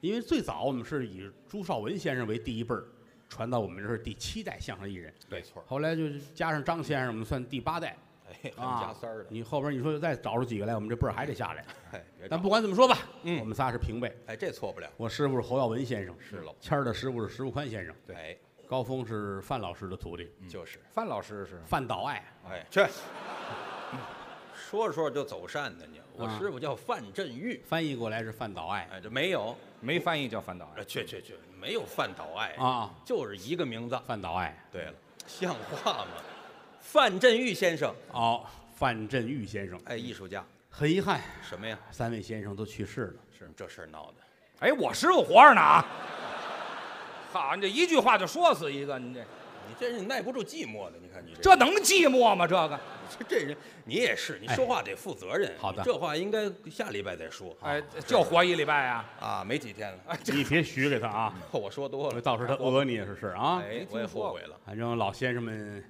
Speaker 2: 因为最早我们是以朱绍文先生为第一辈儿，传到我们这是第七代相声艺人，
Speaker 7: 没错儿，
Speaker 2: 后来就是加上张先生，我们算第八代。
Speaker 7: 哎，还有
Speaker 2: 啊
Speaker 7: 加三儿的，
Speaker 2: 你后边你说再找出几个来，我们这辈儿还得下来。
Speaker 7: 哎，别
Speaker 2: 但
Speaker 7: 找，
Speaker 2: 不管怎么说吧，
Speaker 7: 嗯
Speaker 2: 我们仨是平辈。
Speaker 7: 哎，这错不了，
Speaker 2: 我师傅是侯耀文先生，是
Speaker 7: 喽
Speaker 2: 谦儿的师傅是石富宽先生，
Speaker 7: 哎，
Speaker 2: 高峰是范老师的徒弟，
Speaker 7: 就是，
Speaker 3: 范老师是
Speaker 2: 范岛爱。
Speaker 7: 哎，这说着说着就走散的你，我
Speaker 2: 啊
Speaker 7: 师傅叫范振玉，
Speaker 2: 翻译过来是范岛爱
Speaker 7: 哎，这没有，
Speaker 3: 没翻译叫范导啊
Speaker 7: 呃，去去去，没有范岛爱，
Speaker 2: 啊，
Speaker 7: 就是一个名字。
Speaker 2: 范岛爱。
Speaker 7: 对了，像话吗？范振玉先生，
Speaker 2: 哦，范振钰先生，
Speaker 7: 哎，艺术家，
Speaker 2: 很遗憾，
Speaker 7: 什么呀？
Speaker 2: 三位先生都去世 了。
Speaker 7: 是这事儿闹的，
Speaker 3: 哎，我师傅活着呢啊！好，你这一句话就说死一个，你这
Speaker 7: 你真是耐不住寂寞的。你看你这
Speaker 3: 这能寂寞吗？这个，
Speaker 7: 这哎这人，你也是，你说话得负责任。
Speaker 2: 好的
Speaker 7: 你这话应该下礼拜再说。
Speaker 3: 哎，就活一礼拜啊！
Speaker 7: 啊，没几天了，
Speaker 2: 你别许给他啊，
Speaker 7: 我说多了，
Speaker 2: 到时候他讹你也是事儿啊。
Speaker 7: 哎
Speaker 3: 没，听
Speaker 7: 我也
Speaker 3: 说
Speaker 7: 后悔了。
Speaker 2: 反正老先生们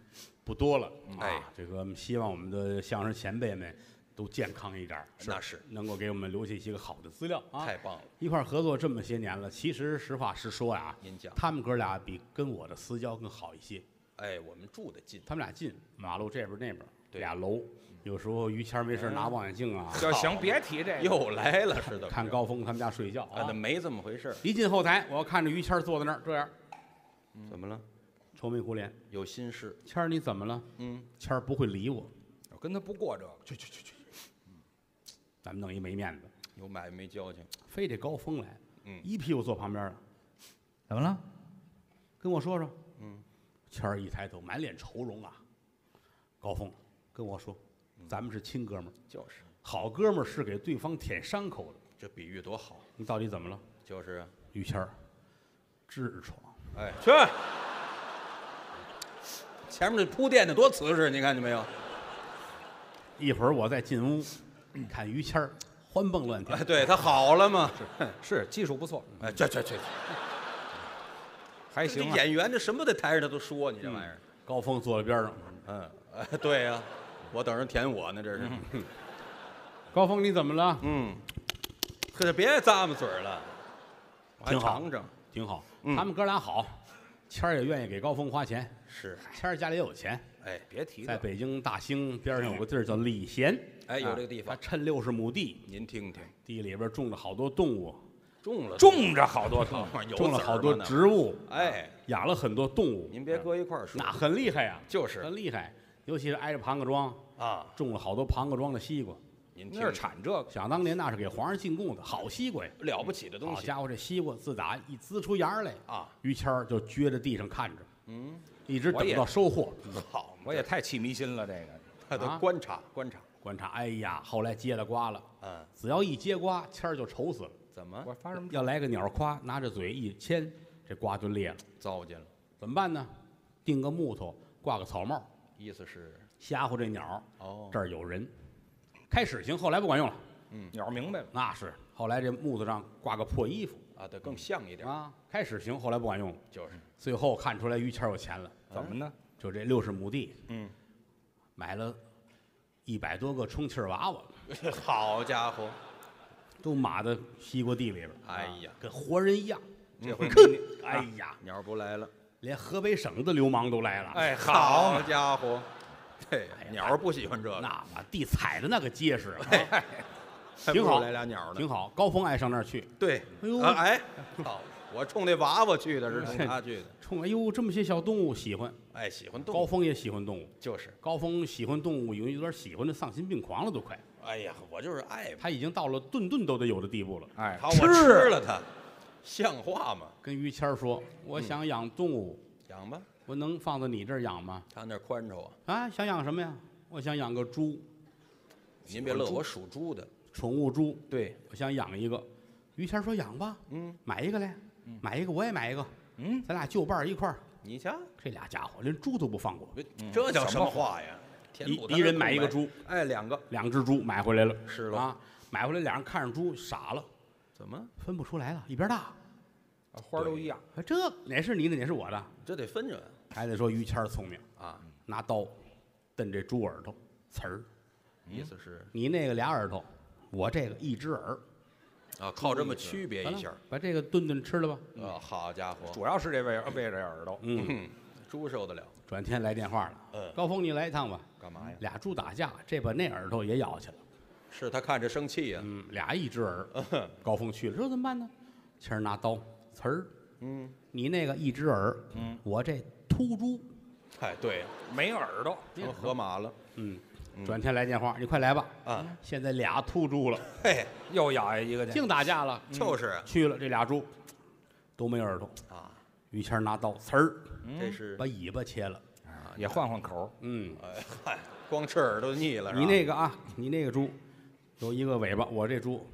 Speaker 2: 不多了
Speaker 7: 哎
Speaker 2: 啊，这个希望我们的相声前辈们都健康一点儿，
Speaker 7: 那是
Speaker 2: 能够给我们留下一些个好的资料啊。
Speaker 7: 太棒了，
Speaker 2: 一块儿合作这么些年了，其实实话实说啊呀、
Speaker 7: 您讲。
Speaker 2: 他们哥俩比跟我的私交更好一些。
Speaker 7: 哎，我们住的近，
Speaker 2: 他们俩近马路这边那边
Speaker 7: 对
Speaker 2: 俩楼，有时候于谦儿没事儿拿望远镜 啊，
Speaker 3: 就行，别提这个。
Speaker 7: 又来了似 的。
Speaker 2: 看高峰他们家睡觉
Speaker 7: 哎啊，
Speaker 2: 啊
Speaker 7: 那。没这么回事儿。
Speaker 2: 一进后台，我要看着于谦儿坐在那儿这样
Speaker 7: 怎么了？
Speaker 2: 愁眉苦脸。
Speaker 7: 有心事？
Speaker 2: 谦儿你怎么了？
Speaker 7: 嗯，
Speaker 2: 谦儿不会理我，
Speaker 3: 我跟他不过这个，去去去去，
Speaker 2: 咱们弄一没面子，
Speaker 7: 有买卖没交情？
Speaker 2: 非得高峰来，
Speaker 7: 嗯
Speaker 2: 一屁股坐旁边了，
Speaker 5: 怎么了？
Speaker 2: 跟我说说。
Speaker 7: 嗯，
Speaker 2: 谦儿一抬头，满脸愁容啊。高峰
Speaker 7: 嗯
Speaker 2: 跟我说，咱们是亲哥们儿，
Speaker 7: 就是，
Speaker 2: 好哥们儿是给对方舔伤口的，
Speaker 7: 这比喻多好，
Speaker 2: 你到底怎么了？
Speaker 7: 就是啊
Speaker 2: 于谦儿，痔疮。
Speaker 7: 哎，去。前面这铺垫的多瓷实，你看见没有？
Speaker 2: 一会儿我再进屋，看于谦儿欢蹦乱跳
Speaker 7: 哎，。对他好了嘛，是技术不错，哎，去去去，
Speaker 3: 还
Speaker 7: 这
Speaker 3: 行啊。
Speaker 7: 演员这什么在台上他都说你这玩意儿，
Speaker 2: 高峰坐在边上，
Speaker 7: 嗯， 哎对呀，我等着舔我呢，这是，
Speaker 2: 高峰你怎么了？
Speaker 7: 嗯， 可是别咂摸嘴儿了，我还
Speaker 2: 挺好
Speaker 7: 尝尝，
Speaker 2: 挺好，
Speaker 7: 嗯
Speaker 2: 他们哥俩好，谦儿也愿意给高峰花钱，
Speaker 7: 是，
Speaker 2: 谦儿家里也有钱，
Speaker 7: 哎，别提
Speaker 2: 在
Speaker 7: 了，
Speaker 2: 北京大兴边上有个地儿叫礼贤，
Speaker 7: 哎有
Speaker 2: 啊
Speaker 7: 这个地方
Speaker 2: 他趁六十亩地，
Speaker 7: 您听听，
Speaker 2: 地里边种了好多动物，
Speaker 7: 中了，
Speaker 3: 种着好多头，
Speaker 7: 有
Speaker 2: 种了
Speaker 7: 籽儿
Speaker 2: 好多
Speaker 7: 吗那
Speaker 2: 植物，
Speaker 7: 哎，
Speaker 2: 养了很多动物，
Speaker 7: 您别搁一块儿说
Speaker 2: 那很厉害呀，
Speaker 7: 就是
Speaker 2: 很厉害，尤其是挨着庞各庄，
Speaker 7: 啊，
Speaker 2: 种了好多庞各庄的西瓜，
Speaker 7: 您听
Speaker 3: 那是产这个，
Speaker 2: 想当年那是给皇上进贡的好西瓜呀。
Speaker 7: 了不起的东
Speaker 2: 好
Speaker 7: 西
Speaker 2: 家伙，这西瓜自打一滋出芽儿来
Speaker 7: 啊，
Speaker 2: 于谦儿就撅在地上看着，嗯，一直
Speaker 7: 我
Speaker 2: 等
Speaker 7: 也
Speaker 2: 到收获，
Speaker 7: 好嘛，
Speaker 3: 我也太气迷心了。这个
Speaker 7: 他都
Speaker 2: 啊
Speaker 7: 观察观察，
Speaker 2: 观察。哎呀，后来结了瓜了，
Speaker 7: 嗯，
Speaker 2: 只要一结瓜，谦儿就愁死了。
Speaker 7: 怎么
Speaker 3: 我发什么？
Speaker 2: 要来个鸟儿夸，拿着嘴一牵，这瓜就裂了。
Speaker 7: 糟践了？
Speaker 2: 怎么办呢？钉个木头，挂个草帽，
Speaker 7: 意思是
Speaker 2: 吓唬这鸟儿。
Speaker 7: 哦，
Speaker 2: 这儿有人，开始行，后来不管用了。
Speaker 3: 鸟明白了，
Speaker 2: 那是后来这木头上挂个破衣服
Speaker 7: 啊，得更像一点儿，
Speaker 2: 啊，开始行，后来不管用了。
Speaker 7: 就是
Speaker 2: 最后看出来于谦儿有钱了，
Speaker 3: 怎么呢？
Speaker 2: 就这六十亩地，
Speaker 7: 嗯，
Speaker 2: 买了一百多个充气儿娃娃，
Speaker 7: 好家伙，
Speaker 2: 都码在西瓜地里边儿。
Speaker 7: 哎
Speaker 2: 啊
Speaker 7: 呀
Speaker 2: 跟活人一样。
Speaker 7: 这 回啊
Speaker 2: 哎呀，
Speaker 7: 鸟不来了，
Speaker 2: 连河北省的流氓都来了。，
Speaker 3: 哎，好
Speaker 7: 好
Speaker 3: 嘛，
Speaker 7: 家伙，对
Speaker 2: 哎，呀
Speaker 7: 鸟儿不喜欢这个，
Speaker 2: 那把地踩的那个结实， 啊
Speaker 7: 哎还不
Speaker 2: 挺
Speaker 7: 如
Speaker 2: 好
Speaker 7: 来俩鸟呢
Speaker 2: 挺，好。高峰爱上那儿去，
Speaker 7: 对，
Speaker 2: 哎呦
Speaker 7: 啊哎，好，我冲那娃娃去的，是 冲他去的，
Speaker 2: 冲哎呦，这么些小动物喜欢。
Speaker 7: 哎，喜欢动
Speaker 2: 高
Speaker 7: 物
Speaker 2: 峰也喜欢动物，
Speaker 7: 就是，
Speaker 2: 高峰喜欢动物，有有点喜欢的丧心病狂了，都快。
Speaker 7: 哎呀，我就是爱嘛，
Speaker 2: 他已经到了顿顿都得有的地步了。
Speaker 3: 哎，
Speaker 7: 好，我吃了它，像话吗？
Speaker 2: 跟于谦儿说：“
Speaker 7: 嗯
Speaker 2: 我想养动物，
Speaker 7: 养吧，
Speaker 2: 我能放到你这儿养吗？
Speaker 7: 他那儿宽敞啊，
Speaker 2: 啊，想养什么呀？我想养个猪，
Speaker 7: 您别乐，我属猪的，
Speaker 2: 宠物猪，
Speaker 7: 对，
Speaker 2: 我想养一个。”于谦儿说：“养吧，
Speaker 7: 嗯，
Speaker 2: 买一个来，买一个我也买一个，
Speaker 3: 嗯，
Speaker 2: 咱俩就伴儿一块儿。”
Speaker 7: 你瞧，
Speaker 2: 这俩家伙连猪都不放过，嗯
Speaker 7: 这叫
Speaker 3: 什
Speaker 7: 什
Speaker 3: 么
Speaker 7: 么话呀？填
Speaker 2: 一
Speaker 7: 补他
Speaker 2: 一
Speaker 7: 那
Speaker 2: 人
Speaker 7: 空
Speaker 2: 买一个
Speaker 7: 白
Speaker 2: 猪，
Speaker 7: 哎，两个
Speaker 2: 两只猪买回来了，
Speaker 7: 是喽
Speaker 2: 啊，买回来俩人看着猪傻了，
Speaker 7: 怎么？
Speaker 2: 分不出来了，一边大，
Speaker 3: 花儿都一样，
Speaker 2: 啊这哪是你的，哪是我的？
Speaker 7: 这得分着
Speaker 2: 还得说于谦儿聪明，
Speaker 7: 啊，
Speaker 2: 拿刀瞪这猪耳朵，刺儿，嗯
Speaker 7: 意思是
Speaker 2: 你那个俩耳朵，我这个一只耳，
Speaker 7: 啊，靠这么区别
Speaker 2: 完
Speaker 7: 一
Speaker 2: 了
Speaker 7: 下
Speaker 2: 把这个炖炖吃了吧。
Speaker 7: 儿啊，好家伙，
Speaker 3: 主要是这为为这耳朵。
Speaker 2: 嗯，
Speaker 7: 猪受得了，
Speaker 2: 转天来电话了，
Speaker 7: 嗯
Speaker 2: 高峰你来一趟吧，
Speaker 7: 干嘛呀？
Speaker 2: 俩猪打架，这把那耳朵也咬去了，
Speaker 7: 是他看着生气啊呀，
Speaker 2: 嗯，俩一只耳。
Speaker 7: 嗯
Speaker 2: 高峰去了，这怎么办呢？谦儿拿刀刺儿，
Speaker 7: 嗯，
Speaker 2: 你那个一只耳，
Speaker 3: 嗯，
Speaker 2: 我这秃猪，
Speaker 7: 哎，对，
Speaker 3: 没耳朵，
Speaker 7: 成河马了
Speaker 2: 嗯，转天来电话，你快来吧，
Speaker 7: 啊，
Speaker 2: 现在俩秃 猪了，
Speaker 7: 嘿，
Speaker 3: 又咬下一个去。
Speaker 2: 净打架了，
Speaker 7: 就是啊
Speaker 2: 去了这俩猪都没耳朵，
Speaker 7: 啊，
Speaker 2: 于谦儿拿刀刺儿
Speaker 7: 这是
Speaker 2: 把尾巴切了，
Speaker 3: 啊也换换口儿，
Speaker 2: 嗯，
Speaker 7: 哎嗨，光吃耳朵腻了，是吧
Speaker 2: 你那个啊，你那个猪有一个尾巴，我这猪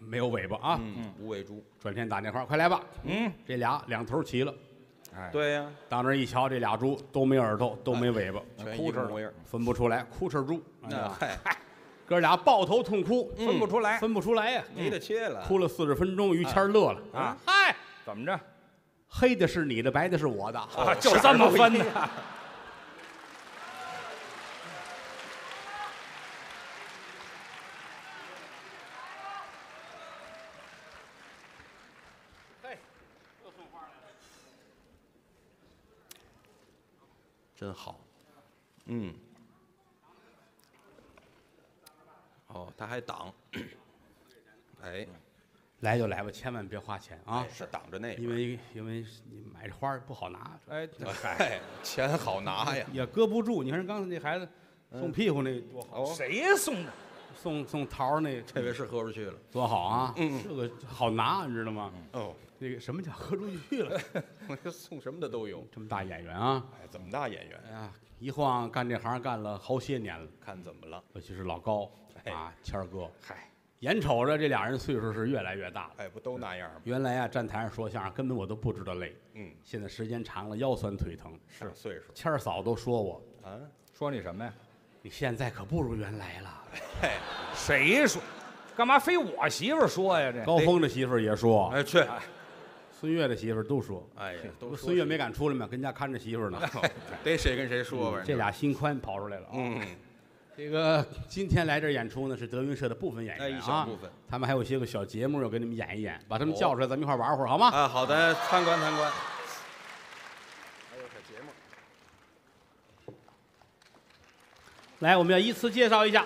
Speaker 2: 没有尾巴啊。
Speaker 7: 嗯，无尾猪，
Speaker 2: 转天打电话，快来吧，
Speaker 3: 嗯，
Speaker 2: 这俩两头齐了，
Speaker 3: 哎，，
Speaker 7: 对呀，
Speaker 2: 到那儿一瞧，这俩猪都没耳朵，都没尾巴，
Speaker 3: 哎
Speaker 7: 全一个模样儿，
Speaker 2: 分不出来，哭哧猪，哎
Speaker 7: 那
Speaker 2: 呀
Speaker 7: 嗨，
Speaker 2: 哥俩抱头痛哭，
Speaker 3: 嗯分不出来，
Speaker 2: 嗯
Speaker 3: 嗯
Speaker 2: 分不出来呀，
Speaker 7: 没得切了，
Speaker 2: 哭了四十分钟，于谦儿乐了
Speaker 3: 啊，
Speaker 2: 嗨，
Speaker 3: 怎么着？
Speaker 2: 黑的是你的，白的是我的，
Speaker 3: 啊，就这么分
Speaker 4: 哎
Speaker 3: 的。
Speaker 7: 真好，嗯，哦，他还挡，哎，
Speaker 2: 来就来吧，千万别花钱啊，
Speaker 7: 是挡着那
Speaker 2: 因
Speaker 7: 边儿，
Speaker 2: 为因为你买这花儿不好拿，
Speaker 3: 哎，嗨，
Speaker 7: 哎，钱好拿呀，
Speaker 2: 也搁不住。你看刚才那孩子
Speaker 3: 嗯
Speaker 2: 送屁股那多好，
Speaker 7: 哦，
Speaker 3: 谁送的？
Speaker 2: 送送桃儿那
Speaker 7: 这位是喝出去了，
Speaker 2: 多好啊！
Speaker 7: 嗯
Speaker 2: 这个好拿，你知道吗？
Speaker 7: 哦，
Speaker 2: 那个什么叫喝出去 了？
Speaker 7: 我这送什么的都有，
Speaker 2: 这么大演员啊！
Speaker 7: 哎，这么大演员
Speaker 2: 哎，呀，一晃干这行干了好些年了，
Speaker 7: 看怎么了，
Speaker 2: 尤其是老高
Speaker 7: 哎
Speaker 2: 啊，谦儿哥，
Speaker 7: 嗨，
Speaker 2: 眼瞅着这俩人岁数是越来越大了。
Speaker 3: 哎，不都那样吗？
Speaker 2: 原来啊，站台上说相声，根本我都不知道累。
Speaker 3: 嗯，
Speaker 2: 现在时间长了，腰酸腿疼。
Speaker 3: 是岁数
Speaker 2: 谦儿嫂都说我，
Speaker 3: 啊？
Speaker 7: 说你什么呀？
Speaker 2: 你现在可不如原来了。
Speaker 7: 哎谁说？干嘛非我媳妇儿说呀？这
Speaker 2: 高峰的媳妇儿也说，
Speaker 3: 哎，去，
Speaker 2: 孙越的媳妇儿都说。
Speaker 7: 哎呀，都
Speaker 2: 不
Speaker 7: 说
Speaker 2: 是孙越没敢出来吗？跟家看着媳妇 儿呢。
Speaker 3: 得谁跟谁
Speaker 7: 嗯
Speaker 3: 说吧。
Speaker 2: 这俩心宽跑出来了啊！
Speaker 3: 嗯，
Speaker 2: 这个今天来这儿演出呢，是德云社的部分演员啊，
Speaker 7: 哎一小部分哦
Speaker 2: 他们还有些个小节目要给你们演一演，把他们叫出来，咱们一块儿玩会儿好吗？
Speaker 7: 啊，好的，参观参观。
Speaker 2: 来，我们要依次介绍一下。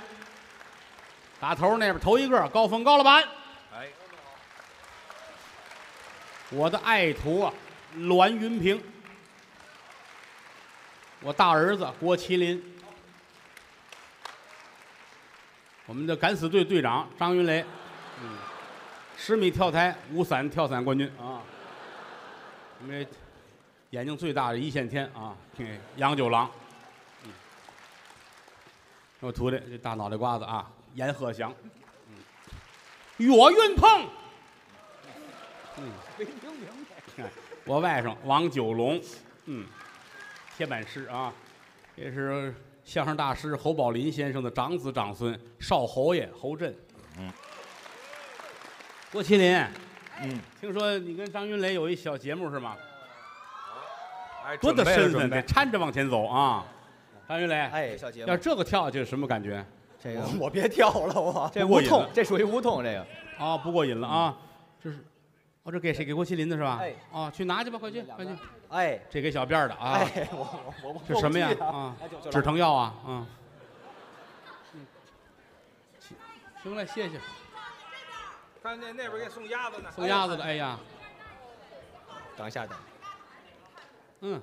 Speaker 2: 打头那边头一个，高峰高老板，
Speaker 7: 哎，
Speaker 2: 我的爱徒啊，栾云平，我大儿子郭麒麟，我们的敢死队队长张云雷，嗯，十米跳台五伞跳伞冠军啊，我们这眼睛最大的一线天啊，嘿杨九郎，嗯，我徒弟这大脑袋瓜子啊，阎鹤祥，嗯，岳云鹏。嗯 我外甥王九龙，嗯，铁板师啊，这是相声大师侯宝林先生的长子长孙少侯爷侯震。嗯，郭麒麟，
Speaker 3: 嗯，
Speaker 2: 听说你跟张云雷有一小节目是吗？
Speaker 7: 哎，
Speaker 2: 多大
Speaker 7: 准备了
Speaker 2: 身
Speaker 7: 准
Speaker 2: 份，
Speaker 7: 备
Speaker 2: 得搀着往前走啊！张云雷，
Speaker 8: 哎，小节
Speaker 2: 要这个跳下去什么感觉？
Speaker 8: 这个我别跳了，我
Speaker 2: 这
Speaker 8: 这
Speaker 2: 过
Speaker 8: 无
Speaker 2: 瘾
Speaker 8: 痛
Speaker 2: 了，
Speaker 8: 这属于无痛，这个
Speaker 2: 啊，不过瘾了啊！这是，哦，这给谁？给郭麒麟的是吧？
Speaker 8: 哎，
Speaker 2: 哦，去拿去吧，快去，快去！
Speaker 8: 哎
Speaker 2: 这给小辫儿的啊。
Speaker 8: 哎，我我我
Speaker 2: 这什么呀
Speaker 8: 我不？记得
Speaker 2: 啊
Speaker 8: 哎就，嗯
Speaker 2: 止疼药啊，啊。行了，谢谢。
Speaker 7: 看那那边给送鸭子呢，
Speaker 2: 送鸭子的，哎呀，
Speaker 8: 等一下等，
Speaker 2: 嗯，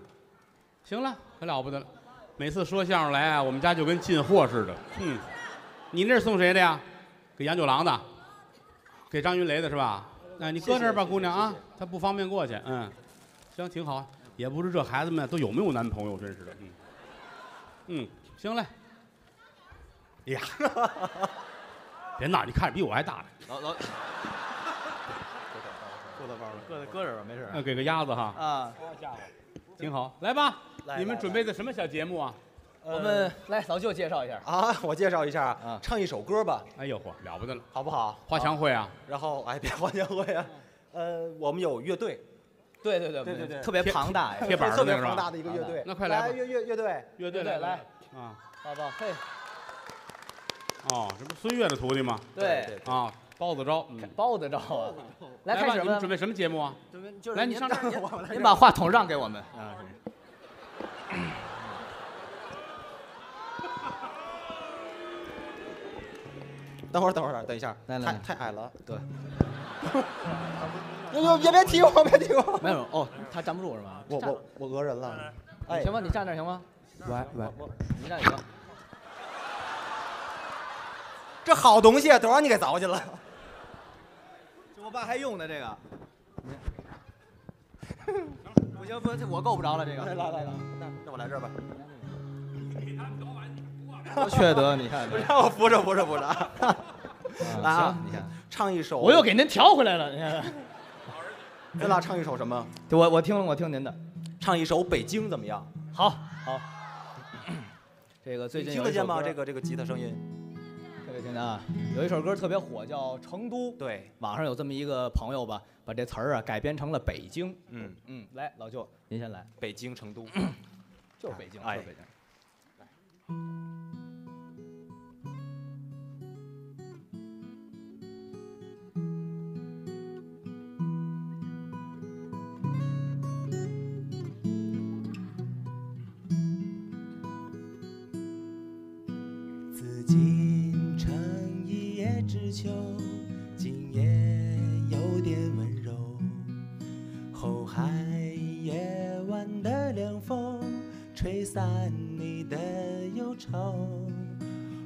Speaker 2: 行了，可了不得了。每次说相声来啊，我们家就跟进货似的。嗯，你那是送谁的呀？给杨九郎的，给张云雷的是吧？那你搁那儿吧，
Speaker 8: 谢谢
Speaker 2: 姑娘啊
Speaker 8: 谢谢，
Speaker 2: 她不方便过去。嗯，行，挺好。也不知这孩子们都有没有男朋友，真是的。嗯，嗯，行嘞。哎呀， 别闹，你看着比我还大呢。
Speaker 8: 老老，搁到包了，搁搁这儿吧，没事儿
Speaker 2: 那呃给个鸭子哈，
Speaker 8: 啊。
Speaker 2: 挺好。来吧，
Speaker 8: 来
Speaker 2: 你们
Speaker 8: 来
Speaker 2: 准备的什么小节目啊？
Speaker 8: 我们
Speaker 9: 来老舅介绍一下，
Speaker 8: 啊，我介绍一下啊
Speaker 9: 嗯，
Speaker 8: 唱一首歌吧，
Speaker 2: 哎呦嚯，了不得了！
Speaker 8: 好不好？
Speaker 2: 花
Speaker 8: 好。
Speaker 2: 墙会啊，
Speaker 8: 然后哎，别花钱会啊。呃，我们有乐队，
Speaker 9: 对对对
Speaker 8: 对对对
Speaker 9: 特别
Speaker 2: 贴
Speaker 9: 庞大呀，
Speaker 2: 贴板儿
Speaker 8: 特
Speaker 2: 的
Speaker 8: 别
Speaker 2: 那个是
Speaker 8: 庞大
Speaker 2: 吧？
Speaker 8: 的一个乐队。
Speaker 2: 那快
Speaker 9: 哎
Speaker 2: 来吧
Speaker 8: 乐乐乐队，
Speaker 9: 对
Speaker 2: 乐队
Speaker 9: 对
Speaker 2: 来
Speaker 9: 来
Speaker 2: 啊！
Speaker 9: 好吧，嘿，
Speaker 2: 哦，这不孙越的徒弟吗？
Speaker 9: 对，
Speaker 2: 啊，包子招，嗯
Speaker 9: 包得着啊，来
Speaker 2: 来吧
Speaker 9: 开始
Speaker 2: 你们
Speaker 9: 吧
Speaker 2: 准，备什么节目啊？
Speaker 9: 准备就是
Speaker 2: 来你
Speaker 9: 您
Speaker 2: 上这儿
Speaker 9: 您
Speaker 2: 我来
Speaker 9: 您把话筒让给我们，啊，
Speaker 8: 等会儿，等会儿，等一下，
Speaker 9: 来来
Speaker 8: 太
Speaker 9: 来
Speaker 8: 太矮了。
Speaker 9: 对，
Speaker 8: 别别别别提我，别提我，
Speaker 9: 没有哦，他站不住是吧？
Speaker 8: 我
Speaker 9: 站
Speaker 8: 我我讹人了。哎，
Speaker 9: 行吗？你站那儿行吗？
Speaker 8: 喂喂，
Speaker 9: 你站行吗？
Speaker 8: 这好东西啊都让你给凿去了。
Speaker 9: 这我爸还用呢这个， 不行不，这我够不着了这个，
Speaker 8: 来来来来，那那我来这儿吧。
Speaker 9: 多缺德，你看，
Speaker 8: 让我扶着扶着扶着啊。来
Speaker 9: 嗯
Speaker 8: 啊
Speaker 9: 行，你看，
Speaker 8: 唱一首，
Speaker 9: 我又给您调回来了，你 看，
Speaker 8: 咱俩唱一首什么？
Speaker 9: 我我听了我听您的，
Speaker 8: 唱一首《北京》怎么样？
Speaker 9: 好好，这个最
Speaker 8: 你
Speaker 9: 近有
Speaker 8: 听得
Speaker 9: 一首
Speaker 8: 见吗？
Speaker 9: 歌
Speaker 8: 这个这个吉他声音？
Speaker 9: 特别听见啊，有一首歌特别火，叫《成都》。
Speaker 8: 对，
Speaker 9: 网上有这么一个朋友吧，把这词儿啊改编成了北京。
Speaker 8: 嗯，
Speaker 9: 嗯，来，老舅，您先来，
Speaker 8: 北京成都。
Speaker 9: 就是北京，
Speaker 8: 哎
Speaker 9: 就是北京。
Speaker 10: 紫禁城一叶知秋，今夜有点温柔。后海夜晚的凉风，吹散你的忧愁。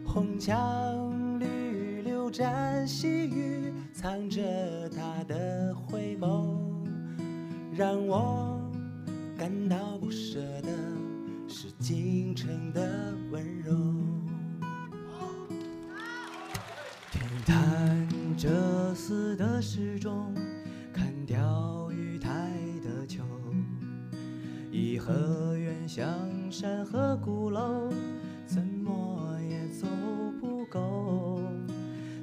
Speaker 10: 红墙绿柳沾细雨，藏着他的回眸，让我感到不舍的是京城的温柔。天坛
Speaker 9: 吊死的时钟，看钓鱼台的秋。颐和园像山和鼓楼，怎么也走不够。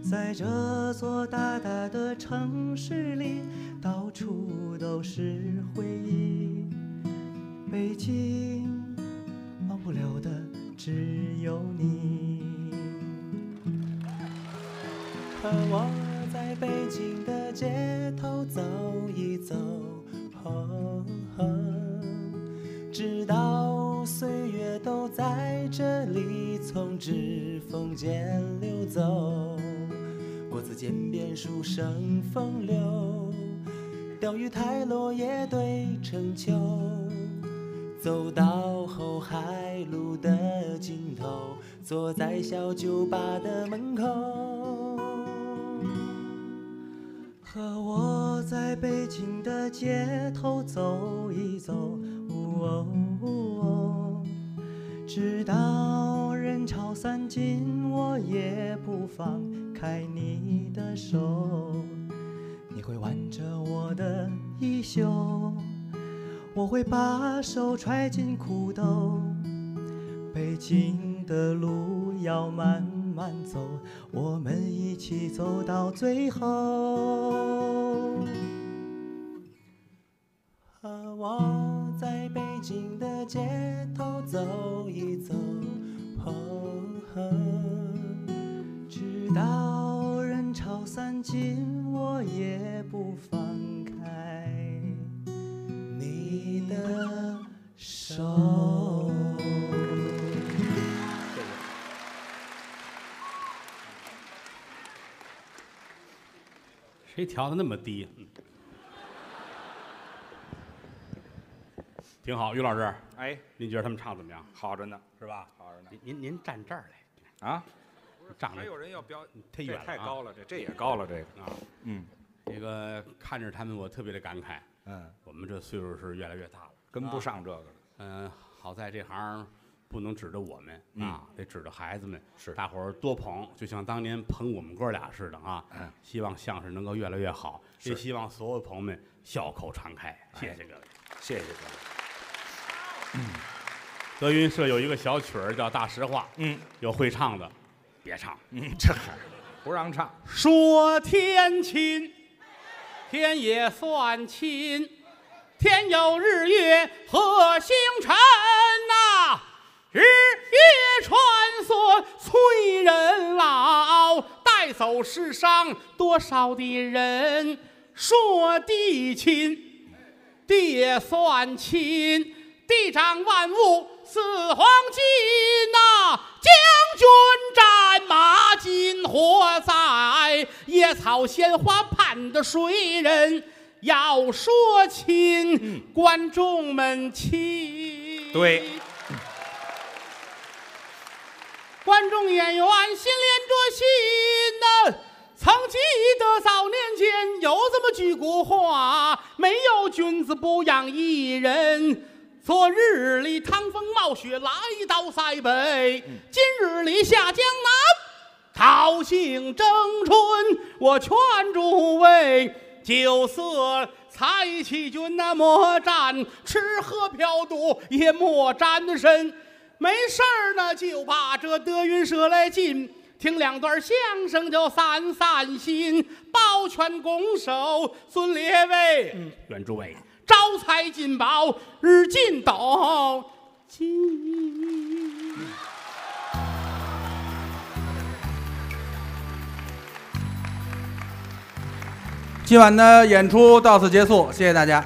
Speaker 9: 在这座大大的城市里，到处都是回忆。北京，忘不了的只有你。和我在北京的街头走一走，哦哦直到岁月都在这里从指缝间溜走。国字间边书声风流，钓鱼台落叶对成丘。走到后海路的尽头，坐在小酒吧的门口，和我在北京的街头走一走，哦哦直到人潮散尽，我也不放开你的手，你会挽着我的衣袖。我会把手揣进裤兜。北京的路要慢慢走，我们一起走到最后。和我在北京的街头走一走，哦哦直到人潮散尽，我也不放开。你的手。
Speaker 7: 谁调的那么低？嗯挺好，于老师，
Speaker 2: 哎，
Speaker 7: 您觉得他们唱怎么样？
Speaker 2: 好着呢，
Speaker 7: 是吧？
Speaker 2: 好着呢
Speaker 7: 您您您站这儿来，
Speaker 2: 啊！
Speaker 7: 站着
Speaker 3: 还有人要标，
Speaker 7: 忒
Speaker 3: 这
Speaker 7: 远了啊
Speaker 3: 太高了，这这也高
Speaker 2: 高
Speaker 3: 了。
Speaker 2: 了这个，
Speaker 7: 啊。
Speaker 2: 嗯
Speaker 7: 这个看着他们，我特别的感慨，
Speaker 2: 嗯，
Speaker 7: 我们这岁数是越来越大了。
Speaker 2: 跟不上这个了，
Speaker 7: 嗯、好在这行不能指着我们啊，得指着孩子们。
Speaker 2: 嗯是
Speaker 7: 大伙儿多捧，就像当年捧我们哥俩似的啊。
Speaker 2: 嗯
Speaker 7: 希望相声能够越来越好，
Speaker 2: 是哎
Speaker 7: 也希望所有朋友们笑口常开。谢谢各位。
Speaker 2: 谢谢各位。
Speaker 7: 德云社有一个小曲儿叫《大实话》，
Speaker 2: 嗯，
Speaker 7: 有会唱的，别唱。
Speaker 2: 嗯，这还不让唱，
Speaker 7: 说天亲，天也算亲，天有日月和星辰呐、日月穿梭催人老，带走世上多少的人。说地亲，地也算亲，地长万物似黄金呐、将军战马金火在，野草鲜花盼的谁人？要说亲，观众们亲。
Speaker 2: 对。
Speaker 7: 观众演员心连着心呐、曾记得早年间有这么句古话：没有君子不养艺人。昨日里趟风冒雪来到塞北，今日里下江南，桃杏争春。我劝诸位，酒色财气君呐、莫沾，吃喝嫖赌也莫沾身。没事儿呢，就把这德云社来进，听两段相声就散散心。抱拳拱手，尊列位，嗯愿诸位招财进宝，日进斗金。
Speaker 4: 今晚的演出到此结束，谢谢大家。